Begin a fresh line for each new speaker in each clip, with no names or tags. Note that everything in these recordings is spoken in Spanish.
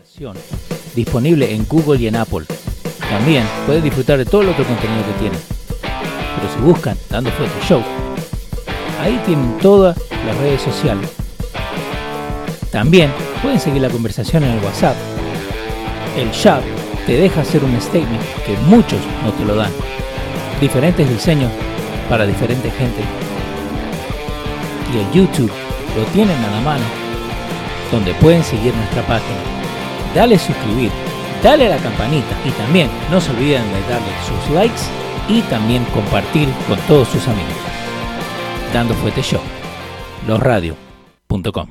información disponible en Google y en Apple. También pueden disfrutar de todo el otro contenido que tienen. Pero si buscan Dando Fuerte Show, ahí tienen todas las redes sociales. También pueden seguir la conversación en el WhatsApp. El chat te deja hacer un statement que muchos no te lo dan. Diferentes diseños para diferentes gente. Y el YouTube lo tienen a la mano, donde pueden seguir nuestra página. Dale suscribir, dale a la campanita y también no se olviden de darle sus likes y también compartir con todos sus amigos. Dando Fuete Show, losradio.com.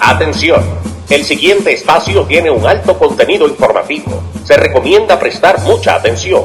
Atención, el siguiente espacio tiene un alto contenido informativo. Se recomienda prestar mucha atención.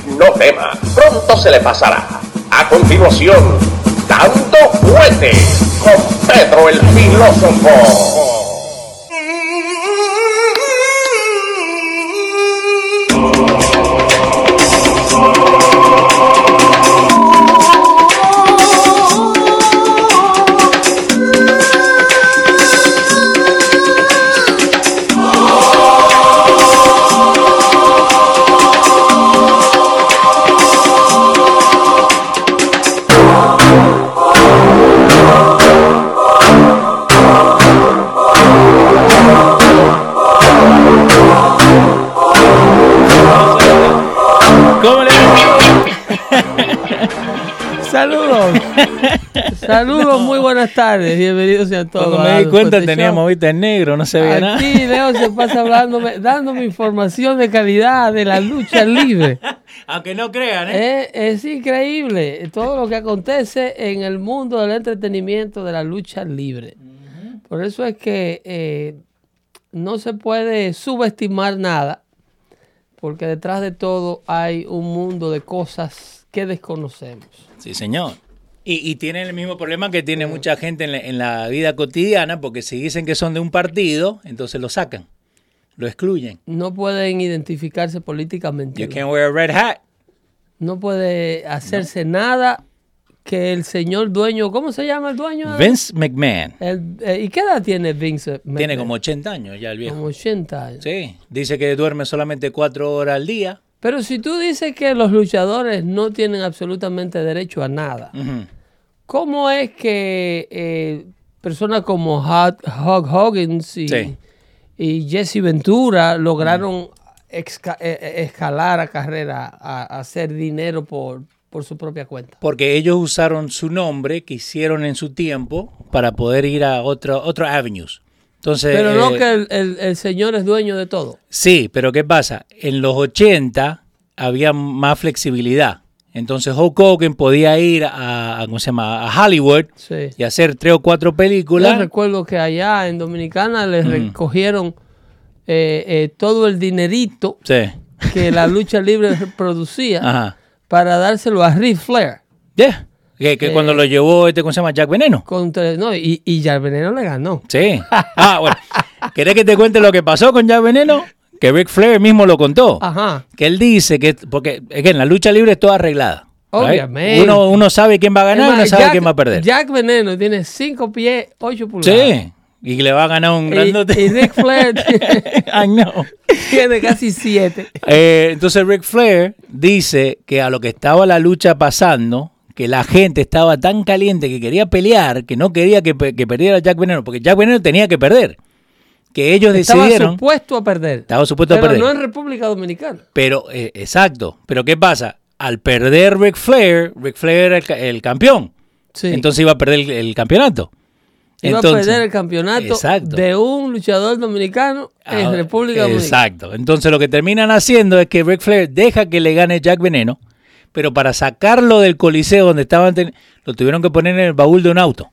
No tema, pronto se le pasará. A continuación, Dando Fuete con Pedro el Filósofo.
¿Cómo le
Saludos. Saludos, muy buenas tardes. Bienvenidos sean todos.
Cuando
a
me di
Dando
cuenta
Fuerte
teníamos
Show.
vista en negro, no se veía nada.
Aquí Leo se pasa hablándome, dándome información de calidad de la lucha libre.
Aunque no crean,
Eh, es increíble todo lo que acontece en el mundo del entretenimiento de la lucha libre. Por eso es que eh, no se puede subestimar nada, porque detrás de todo hay un mundo de cosas que desconocemos.
Sí, señor. Y, y tienen el mismo problema que tiene mucha gente en la, en la vida cotidiana, porque si dicen que son de un partido, entonces lo sacan, lo excluyen.
No pueden identificarse políticamente.
You can't wear a red hat.
No puede hacerse nada que el señor dueño, ¿cómo se llama el dueño?
Vince McMahon.
El- eh, ¿Y qué edad tiene Vince?
Tiene
McMahon?
como 80 años ya el viejo.
Como 80 años.
Sí, dice que duerme solamente cuatro horas al día.
Pero si tú dices que los luchadores no tienen absolutamente derecho a nada,
Ujú.
¿cómo es que eh, personas como Hot- Hulk Hoggins y,
Sí.
y Jesse Ventura lograron
Mm.
exca- eh, eh, escalar a carrera, a, a hacer dinero por, por su propia cuenta?
Porque ellos usaron su nombre que hicieron en su tiempo para poder ir a otro, otro avenues. Entonces,
Pero no
eh,
que el, el- el señor es dueño de todo.
Sí, pero ¿qué pasa? En los 80 había más flexibilidad. Entonces Hulk Hogan podía ir a, a- ¿cómo se llama? a Hollywood
Sí.
y hacer tres o cuatro
Yo
películas.
recuerdo que allá en Dominicana les
Mm.
recogieron eh, eh, todo el dinerito
Sí.
que la lucha libre producía
Ajá.
para dárselo a Ric Flair.
Yeah. Que, que
Eh.
cuando lo llevó este, ¿cómo se llama? Jack Veneno.
Contra, no, y, y ya el veneno le ganó.
Sí. Ah, bueno. ¿Querés que te cuente lo que pasó con Jack Veneno? Que Ric Flair mismo lo contó.
Ajá.
Que él dice que, porque es que en la lucha libre es toda arreglada. right?
Obviamente.
Uno, uno sabe quién va a ganar
Es
y no
más,
sabe
Jack-
quién va a perder.
Jack Veneno tiene 5 pies, 8 pulgadas.
Sí. Y le va a ganar un
Y-
grandote.
y Ric Flair tiene-
I know.
Tiene casi 7.
Eh, entonces Ric Flair dice que a lo que estaba la lucha pasando, que la gente estaba tan caliente que quería pelear, que no quería que, pe- que perdiera Jack Veneno, porque Jack Veneno tenía que perder. Que ellos
Estaba
decidieron.
supuesto a perder.
Estaba supuesto a
pero
perder.
no en República Dominicana.
Pero, eh, exacto. Pero ¿qué pasa? Al perder Ric Flair, Ric Flair era el, ca- el campeón.
Sí.
Entonces iba a perder el, el campeonato.
Iba
Entonces-
a perder el campeonato
Exacto.
de un luchador dominicano en
Ah,
República Dominicana.
Exacto. Entonces lo que terminan haciendo es que Ric Flair deja que le gane Jack Veneno, pero para sacarlo del coliseo donde estaban, ten- lo tuvieron que poner en el baúl de un auto.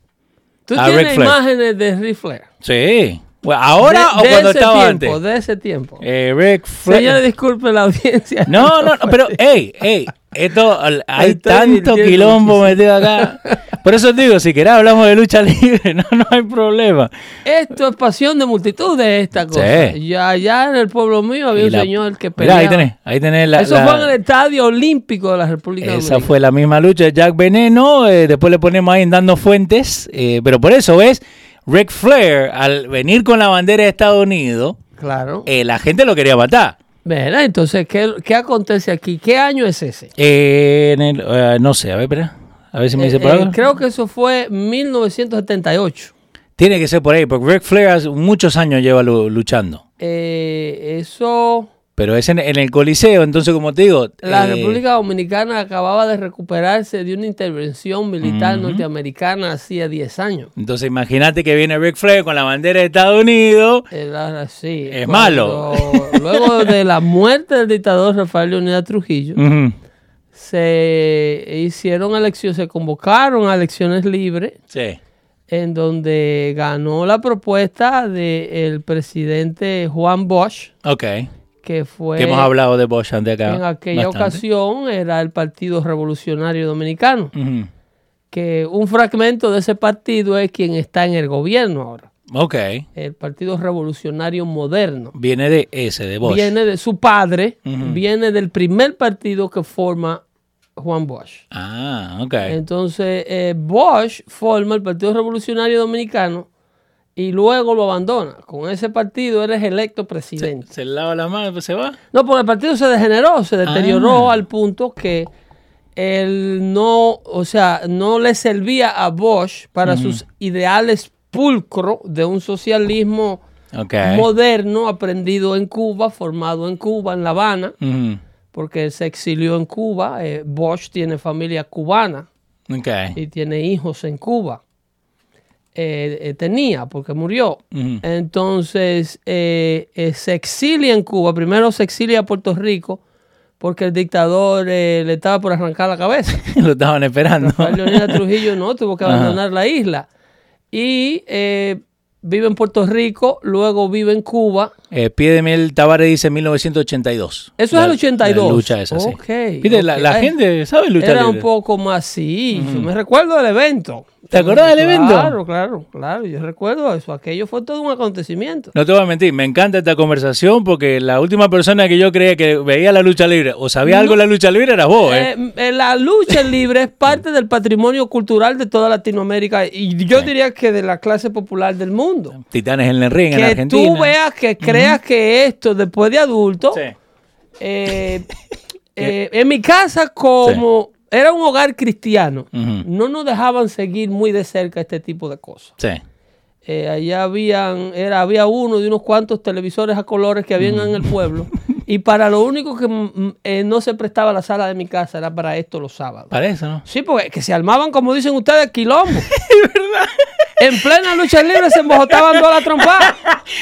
Tú
a Ah, Ric
tienes
Flair.
imágenes de Ric Flair.
Sí. Bueno, ¿Ahora
De-
o
de
cuando
ese
estaba
tiempo,
antes?
De ese tiempo.
Eh, Ric Flair.
Señores, disculpe la audiencia.
No, no, no, pero, hey, hey, esto, al- hay
estoy
tanto
divirtiendo
quilombo metido acá. Por eso te digo, si querés hablamos de lucha libre, no, no hay problema.
Esto es pasión de multitudes, esta cosa.
Sí.
Y allá en el pueblo mío había
Y
un
la-
señor que
Mirá,
peleaba.
ahí tenés, ahí tenés la...
Eso
la-
fue en el Estadio Olímpico de la República
Esa
Dominicana.
fue la misma lucha de Jack Veneno, eh, después le ponemos ahí en dando fuentes, eh, pero por eso ves, Ric Flair, al venir con la bandera de Estados Unidos,
Claro.
eh, la gente lo quería matar.
Mira, entonces, ¿qué, qué acontece aquí? ¿Qué año es ese?
Eh, en el- eh, no sé, a ver, espera, a ver si me dice
Eh,
por
eh,
algo.
creo que eso fue 1978.
Tiene que ser por ahí, porque Ric Flair hace muchos años lleva lu- luchando.
Eh, eso.
Pero es en, en el Coliseo, entonces como te digo...
La
eh,
República Dominicana acababa de recuperarse de una intervención militar norteamericana hacía 10 años.
Entonces imagínate que viene Ric Flair con la bandera de Estados Unidos.
Era así.
Es malo.
Cuando- Luego de la muerte del dictador Rafael Leonidas Trujillo,
Ujú.
se hicieron elecciones, se convocaron a elecciones libres,
Sí.
en donde ganó la propuesta del presidente Juan Bosch,
Ok. Que
que fue
hemos hablado de Bosch antes acá.
Pues, en aquella
bastante.
ocasión era el Partido Revolucionario Dominicano.
Ujú.
que un fragmento de ese partido es quien está en el gobierno ahora,
Ok.
el Partido Revolucionario Moderno.
Viene de ese, de Bosch.
Viene de su padre, viene del primer partido que forma Juan Bosch.
Ah, ok.
Entonces, eh, Bosch forma el Partido Revolucionario Dominicano y luego lo abandona. Con ese partido eres electo presidente.
Se lava la mano, pues se va.
No, porque el partido se degeneró, se deterioró al punto que él no, o sea, no le servía a Bosch para sus ideales pulcro de un socialismo
Ok.
moderno aprendido en Cuba, formado en Cuba, en La Habana,
Ujú.
porque él se exilió en Cuba. eh, Bosch tiene familia cubana
Ok.
y tiene hijos en Cuba. Eh, eh, tenía, porque murió.
Ujú.
Entonces eh, eh, se exilia en Cuba. Primero se exilia a Puerto Rico porque el dictador eh, le estaba por arrancar la cabeza.
Lo estaban esperando.
A Leonidas Trujillo no, tuvo que abandonar la isla. Y eh, vive en Puerto Rico, luego vive en Cuba.
Eh, Piedemil Tavares dice 1982.
Eso
La-
es el 82.
La lucha esa, sí.
Ok,
Viste, la,
ok.
la
Ay,
gente sabe luchar
Era un
libre.
poco más así. Yo me recuerdo del evento.
¿Te acordás del evento?
Claro, claro, claro. Yo recuerdo eso. Aquello fue todo un acontecimiento.
No te voy a mentir, me encanta esta conversación porque la última persona que yo creía que veía la lucha libre o sabía algo de la lucha libre era vos, ¿eh?
Eh, eh, la lucha libre es parte del patrimonio cultural de toda Latinoamérica y yo diría que de la clase popular del mundo.
Titanes en el ring en
Que
Argentina.
tú veas, que creas que esto después de adulto,
Sí.
eh, eh, en mi casa como era un hogar cristiano,
Ujú.
no nos dejaban seguir muy de cerca este tipo de cosas.
Sí.
Eh, allá habían, era, había uno de unos cuantos televisores a colores que habían en el pueblo. Y para lo único que mm, eh, no se prestaba la sala de mi casa era para esto los sábados.
Para eso, ¿no?
Sí, porque que se armaban, como dicen ustedes, quilombo. En plena lucha libre se embojotaban toda la trompada.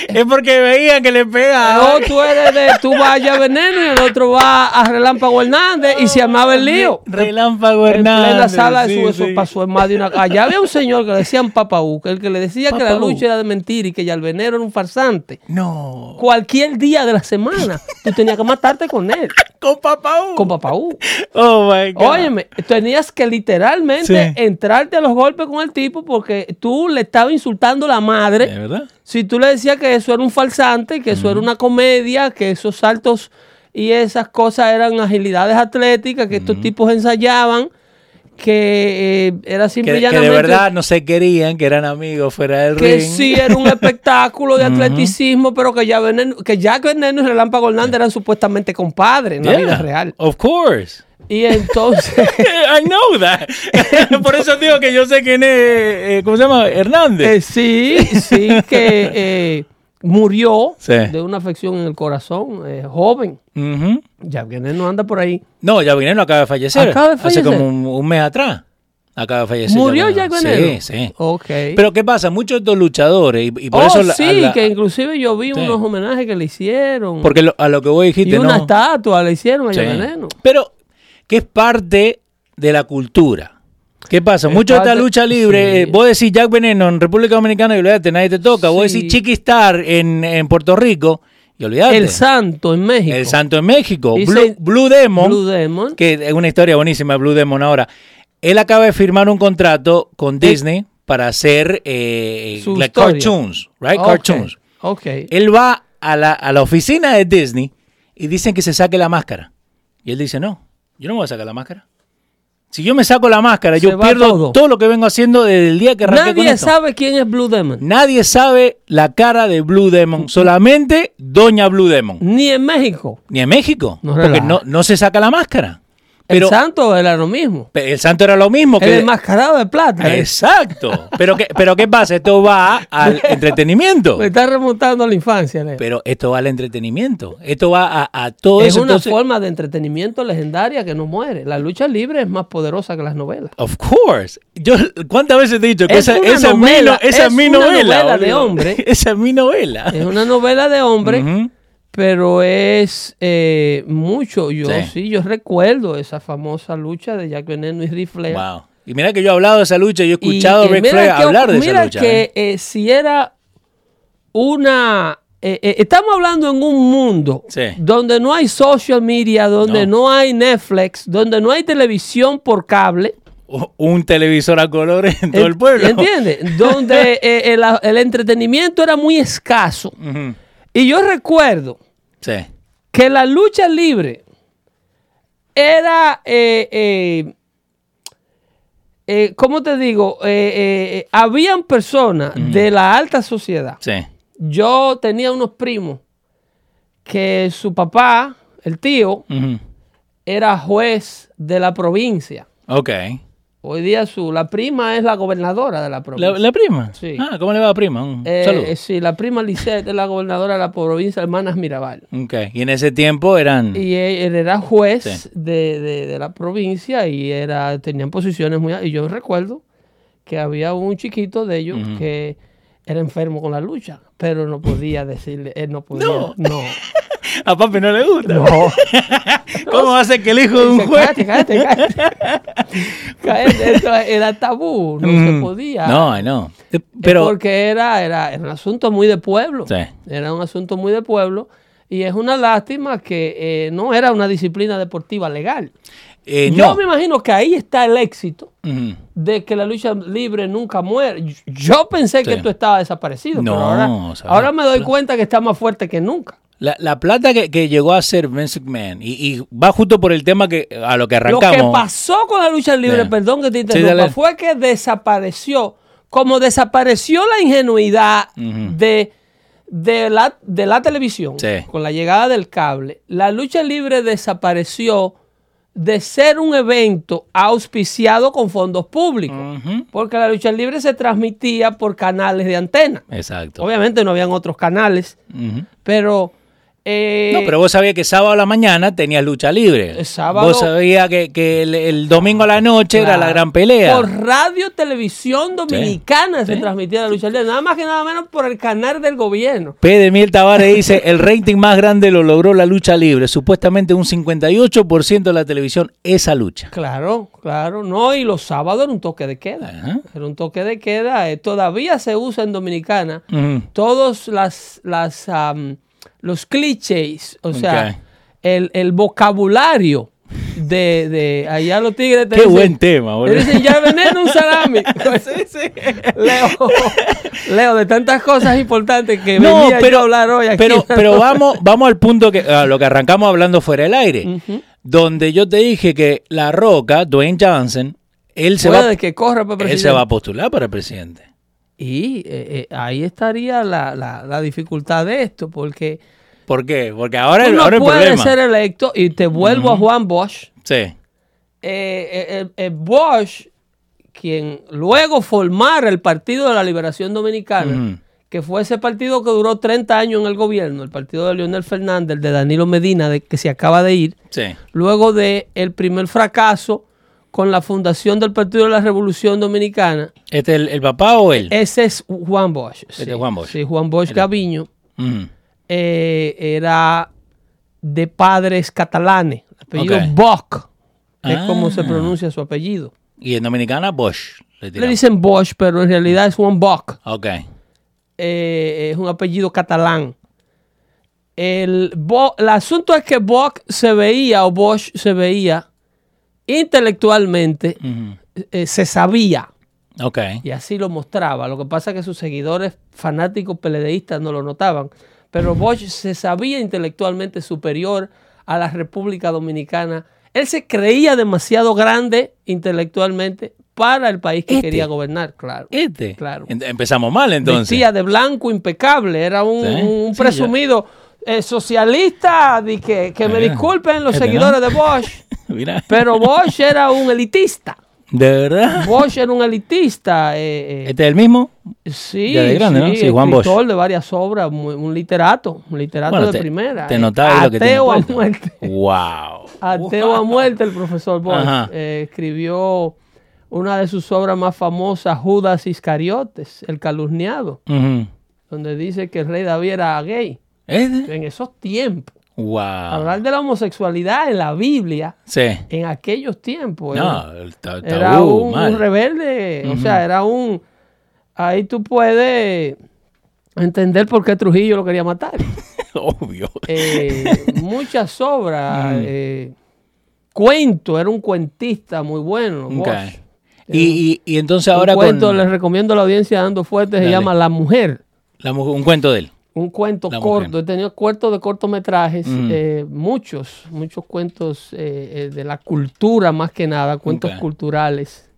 Es porque veían que le pegaba.
No, tú eres de, tú vas allá a Veneno y el otro va a Relámpago Hernández y se armaba el lío.
Relámpago
En
Hernández.
plena sala de
sí,
su, eso
sí.
pasó en más de una. Allá había un señor que le decían Papaú, que el que le decía que la
Papaú.
lucha era de mentira y que ya el veneno era un farsante.
No.
Cualquier día de la semana, tú tenías que matarte con él,
Con papá. U.
con Papaú.
Oh my God.
Óyeme, tenías que literalmente
Sí.
entrarte a los golpes con el tipo porque tú le estabas insultando la madre.
¿De verdad?
Si tú le decías que eso era un falsante, que eso era una comedia, que esos saltos y esas cosas eran agilidades atléticas, que estos tipos ensayaban, que eh, era
Que,
simple y
que de
llanamente-
verdad no se querían, que eran amigos fuera del
que
ring.
sí era un espectáculo de atleticismo, pero que ya Veneno, que ya Veneno y Relámpago Hernández eran supuestamente compadres en la
Yeah,
vida real.
Of course.
Y entonces,
I know that. Por eso digo que yo sé quién es, eh, ¿cómo se llama? Hernández.
eh, sí, sí que eh, murió
Este. Sí.
de una afección en el corazón, eh, joven.
Ujú.
Ya Veneno anda por ahí.
No, Jack Veneno acaba de fallecer.
Acaba de
Hace
fallecer.
como un, un mes atrás. Acaba de fallecer.
¿Murió
Jack
Jack
Veneno.
Veneno?
Sí, sí.
Ok.
Pero ¿qué pasa? Muchos de estos luchadores, y, y por
oh,
eso... la- a
sí,
la-
que inclusive yo vi
Sí.
unos homenajes que le hicieron.
Porque lo- a lo que vos dijiste,
y una
¿no?
estatua le hicieron a
Sí.
Jack Veneno.
Pero que es parte de la cultura. ¿Qué pasa?
Es
Mucho de esta
parte-
lucha libre.
Sí.
eh, Vos decís Jack Veneno en República Dominicana y olvídate, nadie te toca. Vos
Sí.
decís Chiqui Star en, en Puerto Rico y olvídate.
El Santo en México.
El Santo en México.
Y
Blue,
se-
Blue Demon.
Blue Demon.
Que es una historia buenísima, Blue Demon. Ahora, él acaba de firmar un contrato con Disney para hacer eh,
Su
la
historia.
cartoons, right?
Ok,
Cartoons.
Ok.
Él va a la, a la oficina de Disney y dicen que se saque la máscara. Y él dice, no, yo no me voy a sacar la máscara. Si yo me saco la máscara,
Se
yo
va
pierdo todo.
todo.
lo que vengo haciendo desde el día que arranqué con
Nadie
esto.
sabe quién es Blue Demon.
Nadie sabe la cara de Blue Demon, solamente Doña Blue Demon.
Ni en México.
Ni en México,
No
porque
relaja.
no, no se saca la máscara. Pero
el Santo era lo mismo.
pe- el santo era lo mismo.
El
Que,
enmascarado de plata. ¿eh?
exacto. pero, que, pero ¿qué pasa? Esto va al entretenimiento.
Me está remontando a la infancia. ¿eh?
Pero esto va al entretenimiento. Esto va a, a todo
Es
eso.
una
Entonces,
forma de entretenimiento legendaria que no muere. La lucha libre es más poderosa que las novelas.
Of course. Yo, ¿Cuántas veces te he dicho que
Es
esa,
una
esa es mi no-
novela,
esa es
es
mi
una
novela?
novela de
boludo.
hombre.
Esa es mi novela.
Es una novela de hombre,
Ujú.
pero es eh, mucho. Yo
Sí.
sí. yo recuerdo esa famosa lucha de Jack Veneno y Ric Flair.
Wow. Y mira que yo he hablado de esa lucha, yo he
Y,
escuchado a
eh,
Ric
mira
Flair
que-
hablar de esa
mira
lucha.
que
¿eh?
eh, si era una... eh, eh, estamos hablando en un mundo
Sí.
donde no hay social media, donde
No.
no. hay Netflix, donde no hay televisión por cable.
O- Un televisor a colores en todo el
Ent-
pueblo.
¿Entiendes? Donde eh, el, el entretenimiento era muy escaso.
Ujú.
Y yo recuerdo
Sí.
que la lucha libre era, eh, eh, eh, ¿cómo te digo? Eh, eh, eh, habían personas de la alta sociedad.
Sí.
Yo tenía unos primos que su papá, el tío,
Ujú.
era juez de la provincia.
Ok.
Hoy día su, la prima es la gobernadora de la provincia.
¿La, la prima?
Sí.
Ah, ¿cómo le va a prima? Un
Eh,
saludo.
eh, sí, la prima Lisette es la gobernadora de la provincia Hermanas Mirabal.
Ok. Y en ese tiempo eran...
Y él, él era juez
Sí.
de, de- de la provincia y era, tenían posiciones muy... Y yo recuerdo que había un chiquito de ellos que era enfermo con la lucha, pero no podía decirle, él no podía...
No.
No, no.
A papi no le gusta. ¿Cómo hace que el hijo de un
Dice,
juez...
cállate, cállate, cállate". Cállate, eso era tabú, no se
Ujú.
podía.
Mm. No, no. Eh,
Es
Pero...
porque era, era, era un asunto muy de pueblo.
Sí.
Era un asunto muy de pueblo. Y es una lástima que eh, no era una disciplina deportiva legal.
eh,
Yo
no. Mm.
me imagino que ahí está el éxito
Ujú.
de que la lucha libre nunca muere. Yo- Yo pensé que
Sí.
esto estaba desaparecido,
No,
pero ahora,
sabes,
ahora me doy
claro.
cuenta que está más fuerte que nunca.
La, la plata que, que llegó a ser Vince McMahon, y, y va justo por el tema que a lo que arrancamos.
Lo que pasó con la lucha libre,
Sí.
perdón que te
Sí,
interrumpa,
dale.
fue que desapareció. Como desapareció la ingenuidad de, de la, de la televisión
Sí.
con la llegada del cable, la lucha libre desapareció de ser un evento auspiciado con fondos públicos.
Ujú.
Porque la lucha libre se transmitía por canales de antena.
Exacto.
Obviamente no habían otros canales,
Ujú.
pero... eh,
No, pero vos sabías que sábado a la mañana tenías lucha libre.
Eh, sábado-
Vos sabías que, que el, el domingo a la noche era la
Claro.
gran pelea.
Por radio, televisión dominicana se
sí.
transmitía la lucha libre, nada más que nada menos por el canal del gobierno.
P. de Miel Tavares dice, el rating más grande lo logró la lucha libre, supuestamente un 58% de la televisión esa lucha.
Claro, claro, no, y los sábados era un toque de queda.
Ajá.
Era un toque de queda, eh, todavía se usa en dominicana
Ujú.
todos las, las, am, los clichés, o sea,
Ok.
el, el vocabulario de, de allá los tigres. te
Qué buen tema,
te
boludo.
dicen, ya veneno un salami. Leo, Leo, de tantas cosas importantes que venía yo a hablar hoy aquí.
Pero, pero vamos, vamos al punto que a lo que arrancamos hablando fuera del aire. Donde yo te dije que La Roca, Dwayne Johnson, él se,
Fuera
va,
de que corra para
él
presidente.
se va a postular para presidente.
Y eh, eh, ahí estaría la, la- la dificultad de esto, porque
¿Por qué? Porque ahora, el-
uno
ahora el
puede
problema.
ser electo, y te vuelvo a Juan Bosch,
Sí.
eh, eh, eh, eh, Bosch, quien luego formara el Partido de la Liberación Dominicana,
Ujú.
que fue ese partido que duró 30 años en el gobierno, el partido de Leonel Fernández, de Danilo Medina, de, que se acaba de ir,
Sí.
luego de el primer fracaso con la fundación del Partido de la Revolución Dominicana.
¿Este el, el papá o él?
Ese es Juan Bosch.
Este es Juan Bosch.
Sí, Juan Bosch Gaviño
Ujú.
eh, era de padres catalanes. Apellido
Ok.
Bosch. Es como
Ah.
se pronuncia su apellido.
Y en Dominicana, Bosch. Le,
Le
tiramos.
dicen Bosch, pero en realidad es Juan Bosch.
Ok.
Eh, es un apellido catalán. El, Bo- el asunto es que Bosch se veía, o Bosch se veía, intelectualmente,
Ujú.
eh, se sabía,
Ok.
y así lo mostraba. Lo que pasa es que sus seguidores fanáticos peledeístas no lo notaban. Pero Bosch se sabía intelectualmente superior a la República Dominicana. Él se creía demasiado grande intelectualmente para el país que
Este.
quería gobernar, claro.
Este.
Claro.
Ent- Empezamos mal entonces.
Vestía de blanco impecable, era un,
Sí,
un
sí,
presumido eh, socialista, di que, que me
Mira,
disculpen los
este, ¿no?
seguidores de Bosch,
Mira.
pero Bosch era un elitista.
¿De verdad?
Bosch era un elitista. eh, eh,
¿Este es el mismo?
Sí,
Ya de grande, ¿no? Sí, Juan Bosch.
escritor de varias obras, mu- un literato, un literato
Bueno,
de
te,
primera.
Te
eh.
notaba lo que tiene
Ateo a
puesto.
muerte.
Wow.
Ateo a muerte el profesor Bosch.
Ajá.
eh, escribió una de sus obras más famosas, Judas Iscariotes, El calumniado,
Ujú.
donde dice que el rey David era gay.
¿Este?
En esos tiempos,
Wow.
hablar de la homosexualidad en la Biblia,
Sí.
en aquellos tiempos, era-
No, el ta- tabú,
era un,
mal.
un rebelde, o sea, era un... Ahí tú puedes entender por qué Trujillo lo quería matar.
Obvio.
Eh, muchas obras,
Mm.
eh, cuento, era un cuentista muy bueno.
Ok.
Bosch.
Y, y- y entonces
Eh, Un
ahora con
cuento, les recomiendo a la audiencia de Dando Fuerte, se
Dale.
llama La Mujer.
la mu- un cuento de él.
Un cuento
La mujer.
corto, he tenido cuentos de cortometrajes,
Ujú.
eh, muchos, muchos cuentos eh, eh, de la cultura más que nada, cuentos
Ok.
culturales.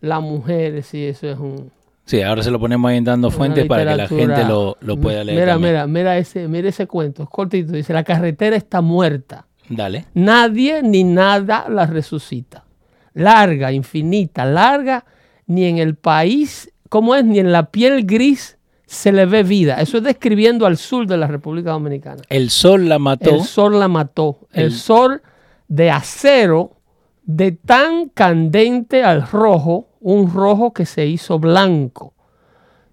La mujer, sí, eso es un...
Sí, ahora se lo ponemos ahí en dando
una
fuentes para que la
literatura.
gente lo, lo pueda leer.
Mira,
también.
mira, mira ese, mira ese cuento, es cortito, dice, la carretera está muerta,
Dale.
nadie ni nada la resucita. Larga, infinita, larga, ni en el país, como es, ni en la piel gris se le ve vida. Eso es describiendo al sur de la República Dominicana.
El sol la mató.
El sol la mató. El,
El-
sol de acero, de tan candente al rojo, un rojo que se hizo blanco.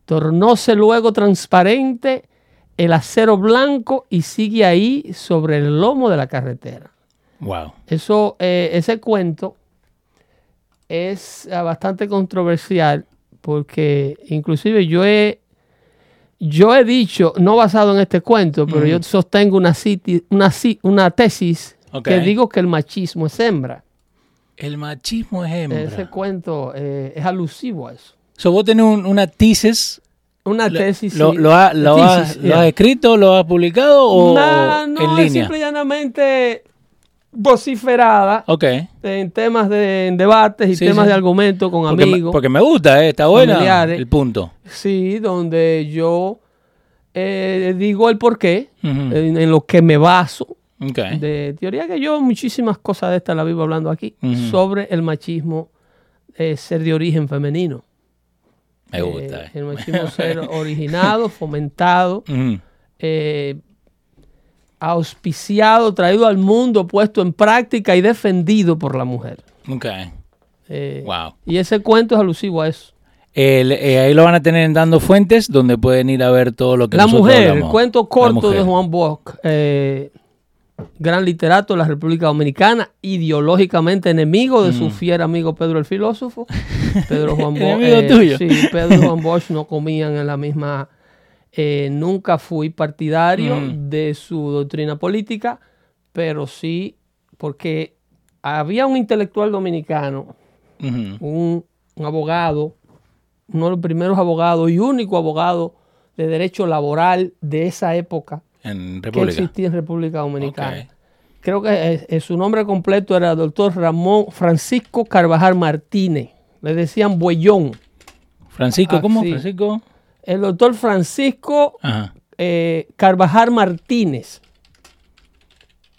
Tornóse luego transparente el acero blanco y sigue ahí sobre el lomo de la carretera.
Wow.
Eso, eh, ese cuento es ah, bastante controversial porque inclusive yo he, yo he dicho, no basado en este cuento, pero
Mm.
yo sostengo una, citi- una, ci- una tesis
Ok.
que digo que el machismo es hembra.
El machismo es hembra.
Ese cuento eh, es alusivo a eso.
So, vos tenés un- una tesis.
Una
Lo,
tesis.
lo,
sí.
lo ha- lo has,
Tesis,
lo
yeah.
has escrito? ¿Lo has publicado? ¿O
Nah,
o
no,
en
es
línea?
simple y llanamente vociferada
Ok.
en temas de en debates y
Sí,
temas
sí.
de argumento con
Porque me,
amigos.
porque me gusta, eh, está buena.
Familiares.
El punto.
Sí, donde yo eh, digo el porqué,
Ujú.
en, en lo que me baso.
Mm. Ok.
De teoría que yo muchísimas cosas de estas la vivo hablando aquí,
Ujú.
sobre el machismo eh, ser de origen femenino.
me gusta.
Eh,
eh.
el machismo ser originado, fomentado,
Ujú.
eh, auspiciado, traído al mundo, puesto en práctica y defendido por la mujer.
Ok.
Eh,
Wow.
Y ese cuento es alusivo a eso.
El- eh, ahí lo van a tener en Dando Fuentes, donde pueden ir a ver todo lo que
La
nosotros
mujer, el
hablamos.
cuento
La
corto
mujer.
de Juan Bosch, eh, gran literato de la República Dominicana, ideológicamente enemigo de su
Mm.
fiel amigo Pedro el Filósofo. Pedro Juan Bosch.
Enemigo
eh,
tuyo.
Sí, Pedro y Juan Bosch no comían en la misma. eh, nunca fui partidario
Mm.
de su doctrina política, pero sí porque había un intelectual dominicano
Ujú.
un, un abogado, uno de los primeros abogados y único abogado de derecho laboral de esa época
En
que
República.
existía en República Dominicana.
Ok.
Creo que eh, eh, su nombre completo era doctor Ramón Francisco Carvajal Martínez. Le decían Buellón.
Francisco,
Ah,
¿cómo?
sí.
Francisco.
El doctor Francisco
Ajá.
eh, Carvajal Martínez.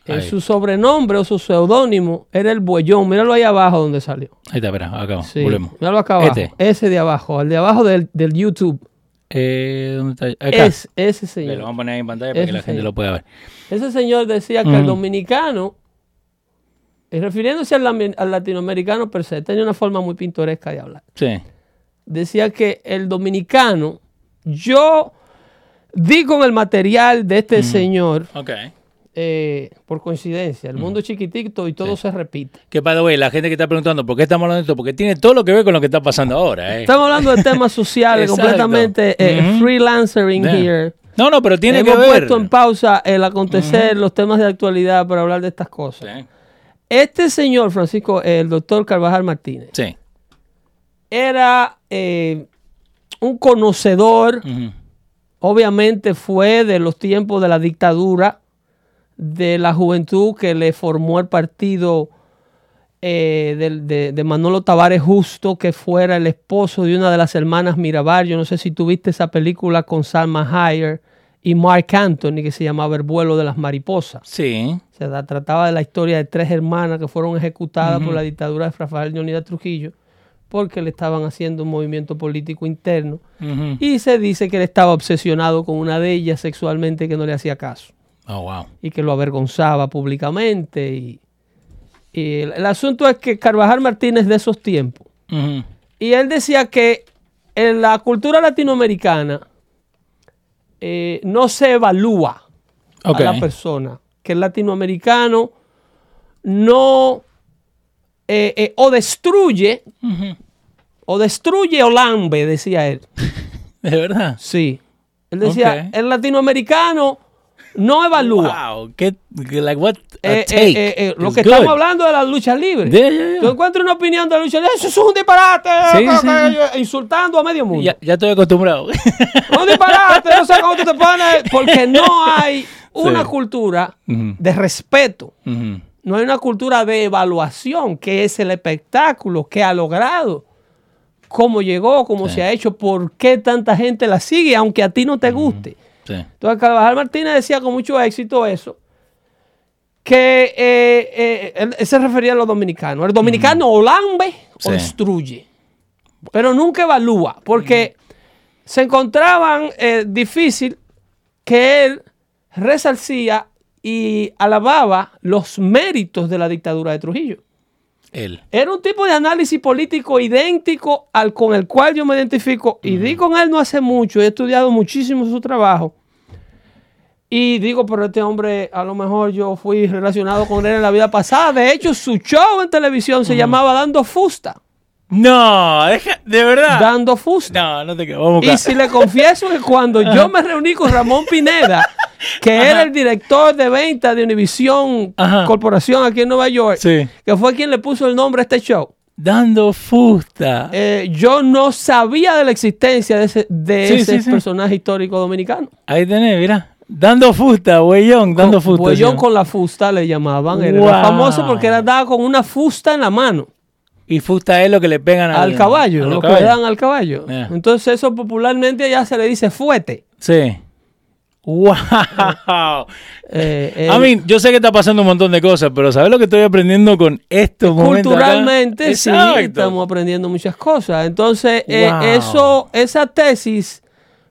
Eh,
Ahí.
su sobrenombre o su seudónimo era el Buellón. Míralo ahí abajo donde salió.
Ahí está, espera, acá vamos,
Sí,
volvemos.
míralo acá abajo.
Este.
Ese de abajo, el de abajo del, del YouTube.
Eh, ¿dónde está? Acá.
Es, ese
Lo vamos
señor.
a poner ahí en pantalla para
Ese
que la gente
señor.
lo pueda ver.
Ese señor decía que
Mm.
el dominicano, eh, refiriéndose al, lami- al latinoamericano per se, tenía una forma muy pintoresca de hablar.
Sí.
Decía que el dominicano,
Mm.
yo di con el material de este señor
Ok.
eh, por coincidencia.
Mm.
El mundo es chiquitito y todo se repite.
Que para güey, la gente que está preguntando por qué estamos hablando de esto, porque tiene todo lo que ver con lo que está pasando ahora. Eh.
Estamos hablando de temas sociales,
Exacto.
completamente eh,
Ujú.
freelancering
Yeah.
here.
No, no, pero tiene
Hemos
que ver. Mm.
puesto en pausa el acontecer, los temas de actualidad para hablar de estas cosas.
Sí.
Este señor, Francisco, el doctor Carvajal Martínez,
Sí.
era eh, un conocedor,
Ujú.
obviamente fue de los tiempos de la dictadura, de la juventud que le formó el partido eh, del- de, de Manolo Tavares Justo, que fuera el esposo de una de las hermanas Mirabar. Yo no sé si tuviste esa película con Salma Hyer y Mark Anthony, que se llamaba El vuelo de las mariposas.
Sí.
Se da- trataba de la historia de tres hermanas que fueron ejecutadas por la dictadura de Rafael Leonidas Trujillo porque le estaban haciendo un movimiento político interno.
Ujú.
Y se dice que él estaba obsesionado con una de ellas sexualmente que no le hacía caso
Oh, wow.
y que lo avergonzaba públicamente. Y, y el, el asunto es que Carvajal Martínez de esos tiempos.
Ujú.
Y él decía que en la cultura latinoamericana eh, no se evalúa
Ok.
a la persona, que el latinoamericano no eh, eh, o destruye,
Ujú.
o destruye o lambe, decía él.
De verdad.
Sí. Él decía,
Ok.
el latinoamericano no evalúa.
Wow. Qué, like, what a
Eh, eh,
take.
eh, eh, lo
It's
que
good.
estamos hablando de la lucha libre.
Yeah, yeah, yeah.
Tú encuentras una opinión de la lucha libre. Eso es un disparate.
Sí,
eh,
sí,
eh, Insultando a medio mundo.
Ya, ya estoy acostumbrado.
Un disparate. no sé cómo tú te pones. Porque no hay una
Sí.
cultura
Ujú.
de respeto.
Ujú.
No hay una cultura de evaluación, que es el espectáculo, que ha logrado, cómo llegó, cómo se ha hecho, por qué tanta gente la sigue, aunque a ti no te guste.
Sí.
Entonces Carvajal Martínez decía con mucho éxito eso, que eh, eh, él, él se refería a los dominicanos. El dominicano o lambe
Sí.
o destruye, pero nunca evalúa, porque se encontraban eh, difícil que él resalcía y alababa los méritos de la dictadura de Trujillo.
Él.
Era un tipo de análisis político idéntico al con el cual yo me identifico y di con él no hace mucho, he estudiado muchísimo su trabajo. Y digo, pero este hombre, a lo mejor yo fui relacionado con él en la vida pasada. De hecho, su show en televisión se llamaba Dando Fusta.
No, deja, de verdad.
Dando Fusta.
no, no te quedo. Vamos a
Y
buscar.
si le confieso que cuando yo me reuní con Ramón Pineda, que era el director de venta de Univision
Ajá.
Corporación aquí en Nueva York,
Sí.
que fue quien le puso el nombre a este show.
Dando fusta.
Eh, yo no sabía de la existencia de ese, de
Sí,
ese
sí, sí.
personaje histórico dominicano.
Ahí tenés, mira. Dando fusta, güeyón, dando fusta.
Pues
sí.
yo con la fusta le llamaban. Él Era
Wow.
famoso porque era dado con una fusta en la mano.
Y fusta es lo que le pegan al,
Al caballo,
a los
lo que le
caballos.
dan al caballo.
Yeah.
Entonces, eso popularmente ya se le dice fuete.
Sí. ¡Wow!
Eh, eh,
A mí, yo sé que está pasando un montón de cosas, pero ¿sabes lo que estoy aprendiendo con estos momentos? acá?
culturalmente, sí,
Exacto.
estamos aprendiendo muchas cosas. Entonces, eh,
Wow.
eso, esa tesis,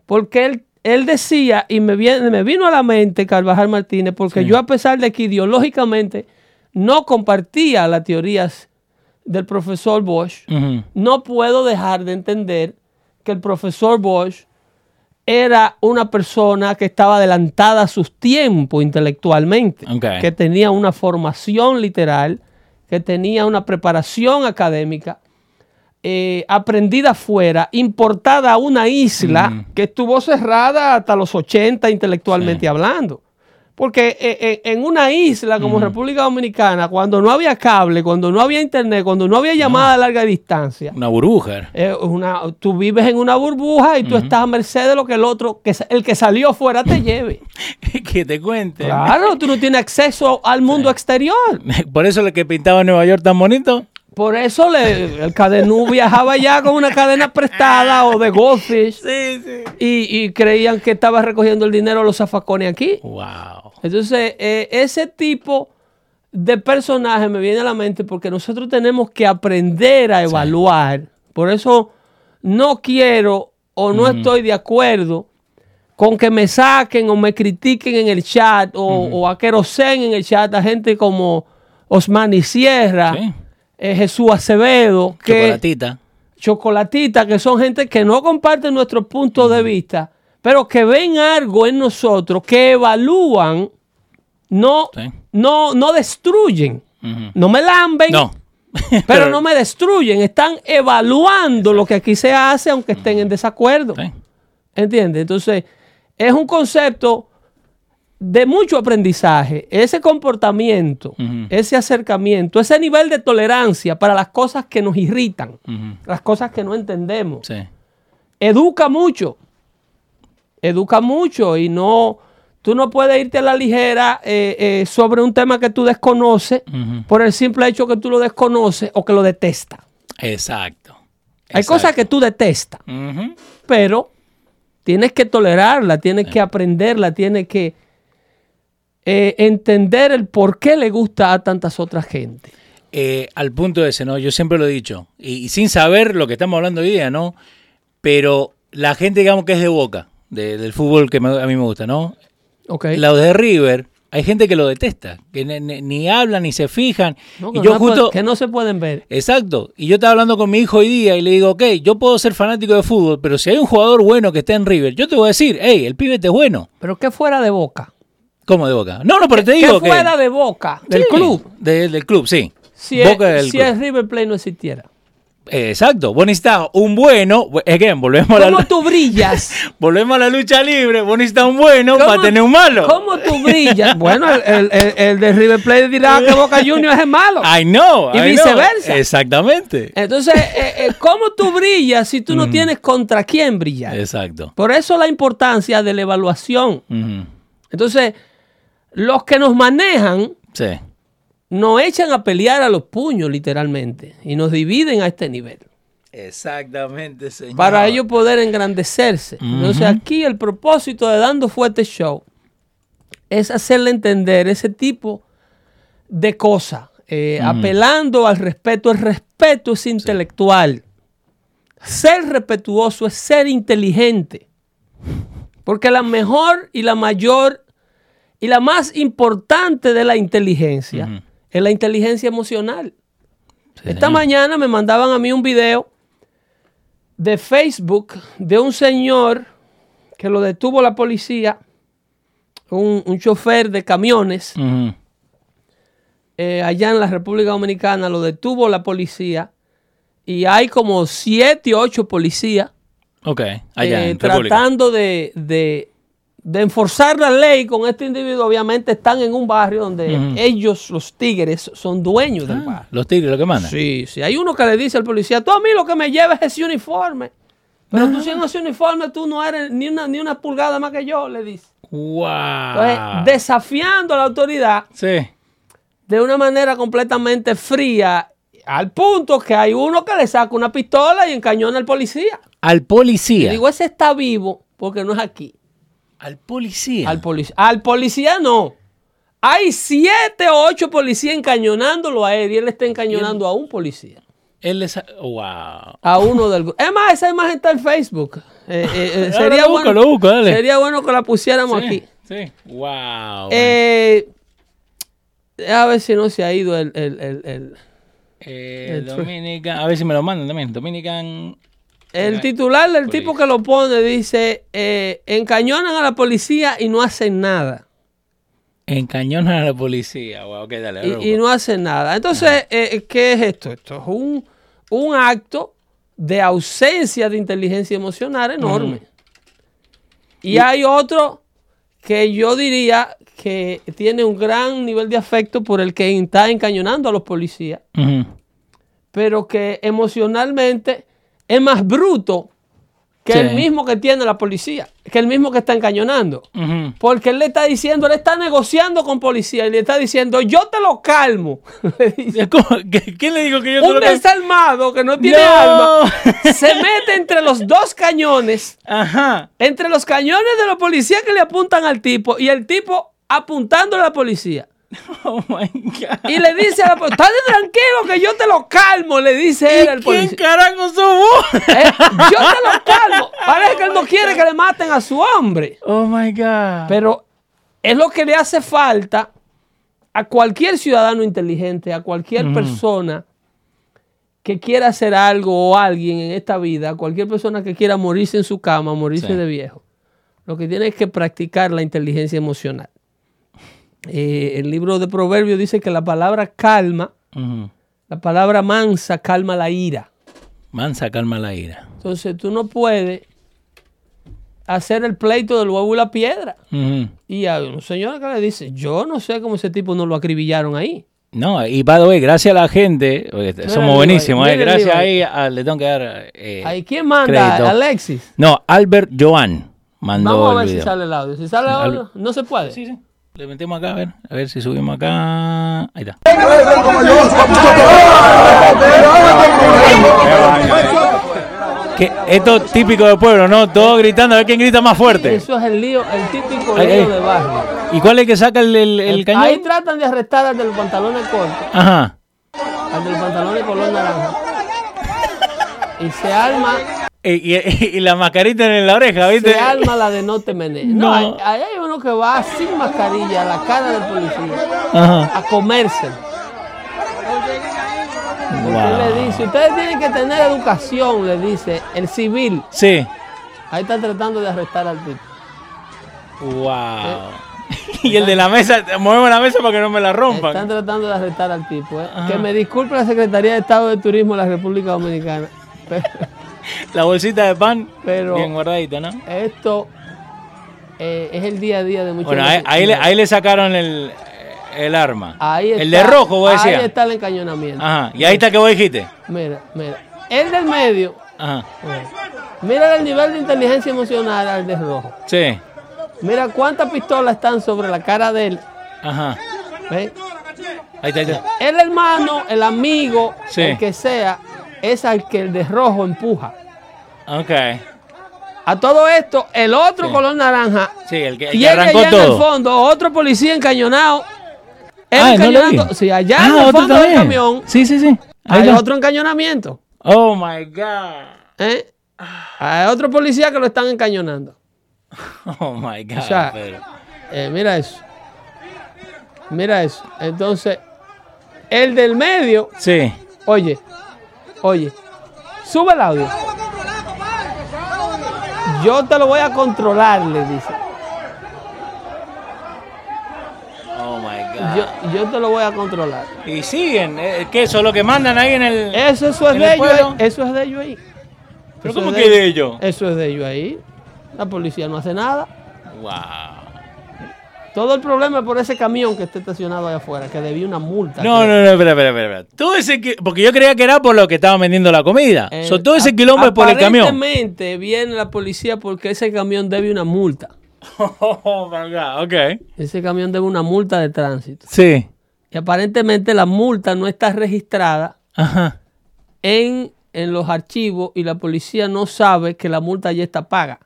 porque él, él decía, y me, viene- me vino a la mente Carvajal Martínez, porque yo a pesar de que ideológicamente no compartía las teorías del profesor Bosch,
Ujú.
no puedo dejar de entender que el profesor Bosch era una persona que estaba adelantada a sus tiempos intelectualmente,
Ok.
que tenía una formación literal, que tenía una preparación académica, eh, aprendida fuera, importada a una isla que estuvo cerrada hasta los 80 intelectualmente hablando. Porque eh, eh, en una isla como República Dominicana, cuando no había cable, cuando no había internet, cuando no había llamada a larga distancia,
Una burbuja.
eh, una, tú vives en una burbuja y tú estás a merced de lo que el otro, que sa- el que salió fuera te lleve.
que te cuente.
Claro, tú no tienes acceso al mundo exterior.
Por eso lo que pintaba Nueva York tan bonito.
Por eso le- el cadenú viajaba ya con una cadena prestada o de goldfish
Sí, sí.
y, y creían que estaba recogiendo el dinero de los zafacones aquí.
¡Wow!
Entonces, eh, ese tipo de personaje me viene a la mente porque nosotros tenemos que aprender a evaluar. Por eso no quiero o no estoy de acuerdo con que me saquen o me critiquen en el chat o, o a Querosén en el chat a gente como Osmani Sierra,
Sí.
eh, Jesús Acevedo, que,
Chocolatita.
chocolatitas, que son gente que no comparten nuestros puntos de vista, pero que ven algo en nosotros, que evalúan no,
Sí.
no, no destruyen,
Ujú.
no me lamben,
No.
pero no me destruyen, están evaluando lo que aquí se hace aunque estén en desacuerdo.
Sí.
¿Entiendes? Entonces, es un concepto de mucho aprendizaje. Ese comportamiento,
Ujú.
ese acercamiento, ese nivel de tolerancia para las cosas que nos irritan,
Ujú.
las cosas que no entendemos,
Sí.
educa mucho. Educa mucho y no. Tú no puedes irte a la ligera eh, eh, sobre un tema que tú desconoces
Ujú.
por el simple hecho que tú lo desconoces o que lo detestas.
Exacto.
Hay cosas que tú detestas
Ujú.
pero tienes que tolerarla, tienes que aprenderla, tienes que eh, entender el por qué le gusta a tantas otras gente.
Eh, al punto ese, ¿no? Yo siempre lo he dicho. Y, y sin saber lo que estamos hablando hoy día, ¿no? Pero la gente, digamos que es de boca, de- del fútbol que me- a mí me gusta, ¿no?
¿Ok?
Los de River, hay gente que lo detesta, que ne- ne- ni hablan, ni se fijan.
No, que,
y yo
no
justo.
puede- que no se pueden ver.
Exacto. Y yo estaba hablando con mi hijo hoy día y le digo, ok, yo puedo ser fanático de fútbol, pero si hay un jugador bueno que está en River, yo te voy a decir, hey, el pibe este es bueno.
Pero que fuera de boca.
¿Cómo de boca? No, no, pero te
Que
digo que.
fuera de boca del
Sí,
club.
de- del club, sí.
Si,
Boca
es,
del
si
club.
el River Plate no existiera.
Eh, Exacto. Vos necesitas un bueno. Again, volvemos a,
¿Cómo
la,
tú brillas?
volvemos a la lucha libre. Vos necesitas un bueno para
¿Cómo-
tener un malo.
¿Cómo tú brillas? Bueno, el, el- el- el de River Plate dirá que Boca Juniors es malo.
I know.
Y
I know.
viceversa.
Exactamente.
Entonces, eh, eh, ¿cómo tú brillas si tú no
Mm.
tienes contra quién brillar?
Exacto.
Por eso la importancia de la evaluación.
Ujú.
Entonces, los que nos manejan
Sí.
nos echan a pelear a los puños, literalmente, y nos dividen a este nivel
Exactamente, señor.
para ellos poder engrandecerse. Entonces,
Ujú.
aquí el propósito de Dando Fuerte Show es hacerle entender ese tipo de cosas, eh, apelando al respeto. El respeto es intelectual. Ser respetuoso es ser inteligente. Porque la mejor y la mayor y la más importante de la inteligencia
Ujú.
es la inteligencia emocional.
Sí,
Esta
señor.
mañana me mandaban a mí un video de Facebook de un señor que lo detuvo la policía, un, un chofer de camiones,
Ujú.
eh, allá en la República Dominicana, lo detuvo la policía y hay como siete, ocho policías
Ok, allá
eh,
en República.
tratando de, de- de enforzar la ley con este individuo. Obviamente están en un barrio donde
Ujú.
ellos, los tigres, son dueños del barrio.
Ah, los tigres lo que mandan.
Sí, sí. Hay uno que le dice al policía, tú a mí lo que me llevas es ese uniforme. Pero
Ah.
tú sin ese uniforme tú no eres ni una, ni una pulgada más que yo, le dice. Entonces,
Wow.
desafiando a la autoridad
sí.
de una manera completamente fría, al punto que hay uno que le saca una pistola y encañona al policía.
Al
Y
policía.
digo, ese está vivo porque no es aquí.
al policía.
Al, polic- al policía no. Hay siete o ocho policías encañonándolo a él y él está encañonando a un policía.
Él les... Wow.
a uno del grupo. Es más, esa imagen está en Facebook. Eh, eh, eh,
Ahora
sería,
lo busco,
bueno,
lo busco, dale.
sería bueno que la pusiéramos
Sí,
aquí.
Sí. Wow.
Eh, a ver si no se ha ido el... el, el, el-
Eh, Dominican, a ver si me lo mandan también. Dominican.
el
Ok.
titular del
Policía.
tipo que lo pone dice, eh, encañonan a la policía y no hacen nada.
Encañonan a la policía. Wow, ok, dale.
Y-
ahora
Y,
busco.
no hacen nada. Entonces, eh, ¿qué es esto? Esto es un, un acto de ausencia de inteligencia emocional enorme.
Ujú.
Y hay otro que yo diría que tiene un gran nivel de afecto por el que está encañonando a los policías,
Ujú.
pero que emocionalmente es más bruto que
Sí.
el mismo que tiene la policía, que el mismo que está encañonando.
Ujú.
Porque él le está diciendo, él está negociando con policía y le está diciendo, yo te lo calmo. Le dice.
¿Cómo? ¿Qué, qué le digo que yo te
Un
lo can-
desarmado que no tiene
No.
alma se mete entre los dos cañones,
Ajá.
entre los cañones de la policía que le apuntan al tipo y el tipo apuntando a la policía.
Oh my God.
Y le dice a la policía, estate tranquilo que yo te lo calmo, le dice él al
¿Y ¿Quién
policía.
carajo sos vos?
Eh, yo te lo calmo. Parece que él no quiere que le maten a su hombre.
Oh my God.
Pero es lo que le hace falta a cualquier ciudadano inteligente, a cualquier persona que quiera hacer algo o alguien en esta vida, a cualquier persona que quiera morirse en su cama, morirse
Sí.
de viejo. Lo que tiene es que practicar la inteligencia emocional. eh, el libro de Proverbios dice que la palabra calma,
Ujú.
la palabra mansa calma la ira.
Mansa calma la ira.
Entonces tú no puedes hacer el pleito del huevo y la piedra.
Ujú.
Y a un señor que le dice, yo no sé cómo ese tipo no lo acribillaron ahí.
No, y by the way, gracias a la gente, porque somos
el
buenísimos,
Levi,
eh,
mira el
gracias ahí,
Levi.
a- le tengo que dar... eh,
Ahí, ¿Quién manda?
crédito.
Alexis.
No, Albert Joan mandó
Vamos a ver
el
si
video.
sale el audio. Si sale el audio, no se puede.
Sí, sí. Le metemos acá, a ver, a ver si subimos acá. Ahí está. Que esto es típico del pueblo, ¿no? Todos gritando, a ver quién grita más fuerte.
Eso es el lío, el típico
Ahí,
lío
ahí.
de barrio.
¿Y cuál es el que saca el, el- el
Ahí
cañón?
tratan de arrestar al del pantalón de corto,
Ajá.
al del pantalón de color naranja. Y se arma,
Y, y- y la mascarita en la oreja, ¿viste?
se arma la de no te menees. No,
No.
Ahí, ahí hay uno que va sin mascarilla a la cara del policía
Ajá.
a comérselo. Y le
Wow.
dice, ustedes tienen que tener educación, le dice el civil.
Sí.
Ahí están tratando de arrestar al tipo.
Wow. Y el de la mesa, movemos la mesa para que no me la
Están
rompan.
tratando de arrestar al tipo. ¿eh? Que me disculpe la Secretaría de Estado de Turismo de la República Dominicana. Pero
La bolsita de pan,
Pero-
bien guardadita, ¿no?
esto eh, es el día a día de muchos.
Bueno, ahí, ahí le, ahí le sacaron el, el arma.
Ahí
el de
está-
rojo, vos
Ahí
decías.
está el encañonamiento.
Ajá. Y ahí está que vos dijiste.
Mira, mira. El del medio.
Ajá.
mira. Mira el nivel de inteligencia emocional al del rojo.
Sí.
Mira cuántas pistolas están sobre la cara de él.
Ajá.
¿ves?
Ahí está, ahí está.
El hermano, el amigo,
Sí.
el que sea, es al que el de rojo empuja.
Ok.
A todo esto, el otro color naranja
Sí, el que, el que
tiene
arrancó
allá en el
todo.
fondo otro policía encañonado. Él
Ah, no lo vi.
encañonando. Sí, allá
Ah,
en el
otro
fondo del
también.
camión
Sí, sí, sí. Ahí
hay
está.
otro encañonamiento.
Oh my God.
¿eh? Hay otro policía que lo están encañonando.
Oh my God.
O sea,
Pedro.
eh, mira eso. Mira eso. Entonces, el del medio,
Sí.
oye, oye, sube el audio. Yo te lo voy a controlar, le dice.
Oh my God.
Yo, yo te lo voy a controlar.
Y siguen. eh, ¿Qué? Eso es lo que mandan ahí en el.
Eso, eso es
¿En
de
el
ellos.
pueblo?
ahí. Eso es de ellos ahí.
¿Pero
Eso
cómo
es
que de ellos?
Eso es de ellos ahí. La policía no hace nada.
Wow.
Todo el problema es por ese camión que está estacionado allá afuera, que debía una multa.
No, no,
creo.
no, espera, espera, espera. espera. Todo ese qui- Porque yo creía que era por lo que estaban vendiendo la comida.
Eh,
So, todo ese
ap-
quilombo es por el camión.
Aparentemente viene la policía porque ese camión debe una multa.
Oh my God, ok.
Ese camión debe una multa de tránsito.
Sí.
Y aparentemente la multa no está registrada
Ajá.
en, en los archivos y la policía no sabe que la multa ya está paga.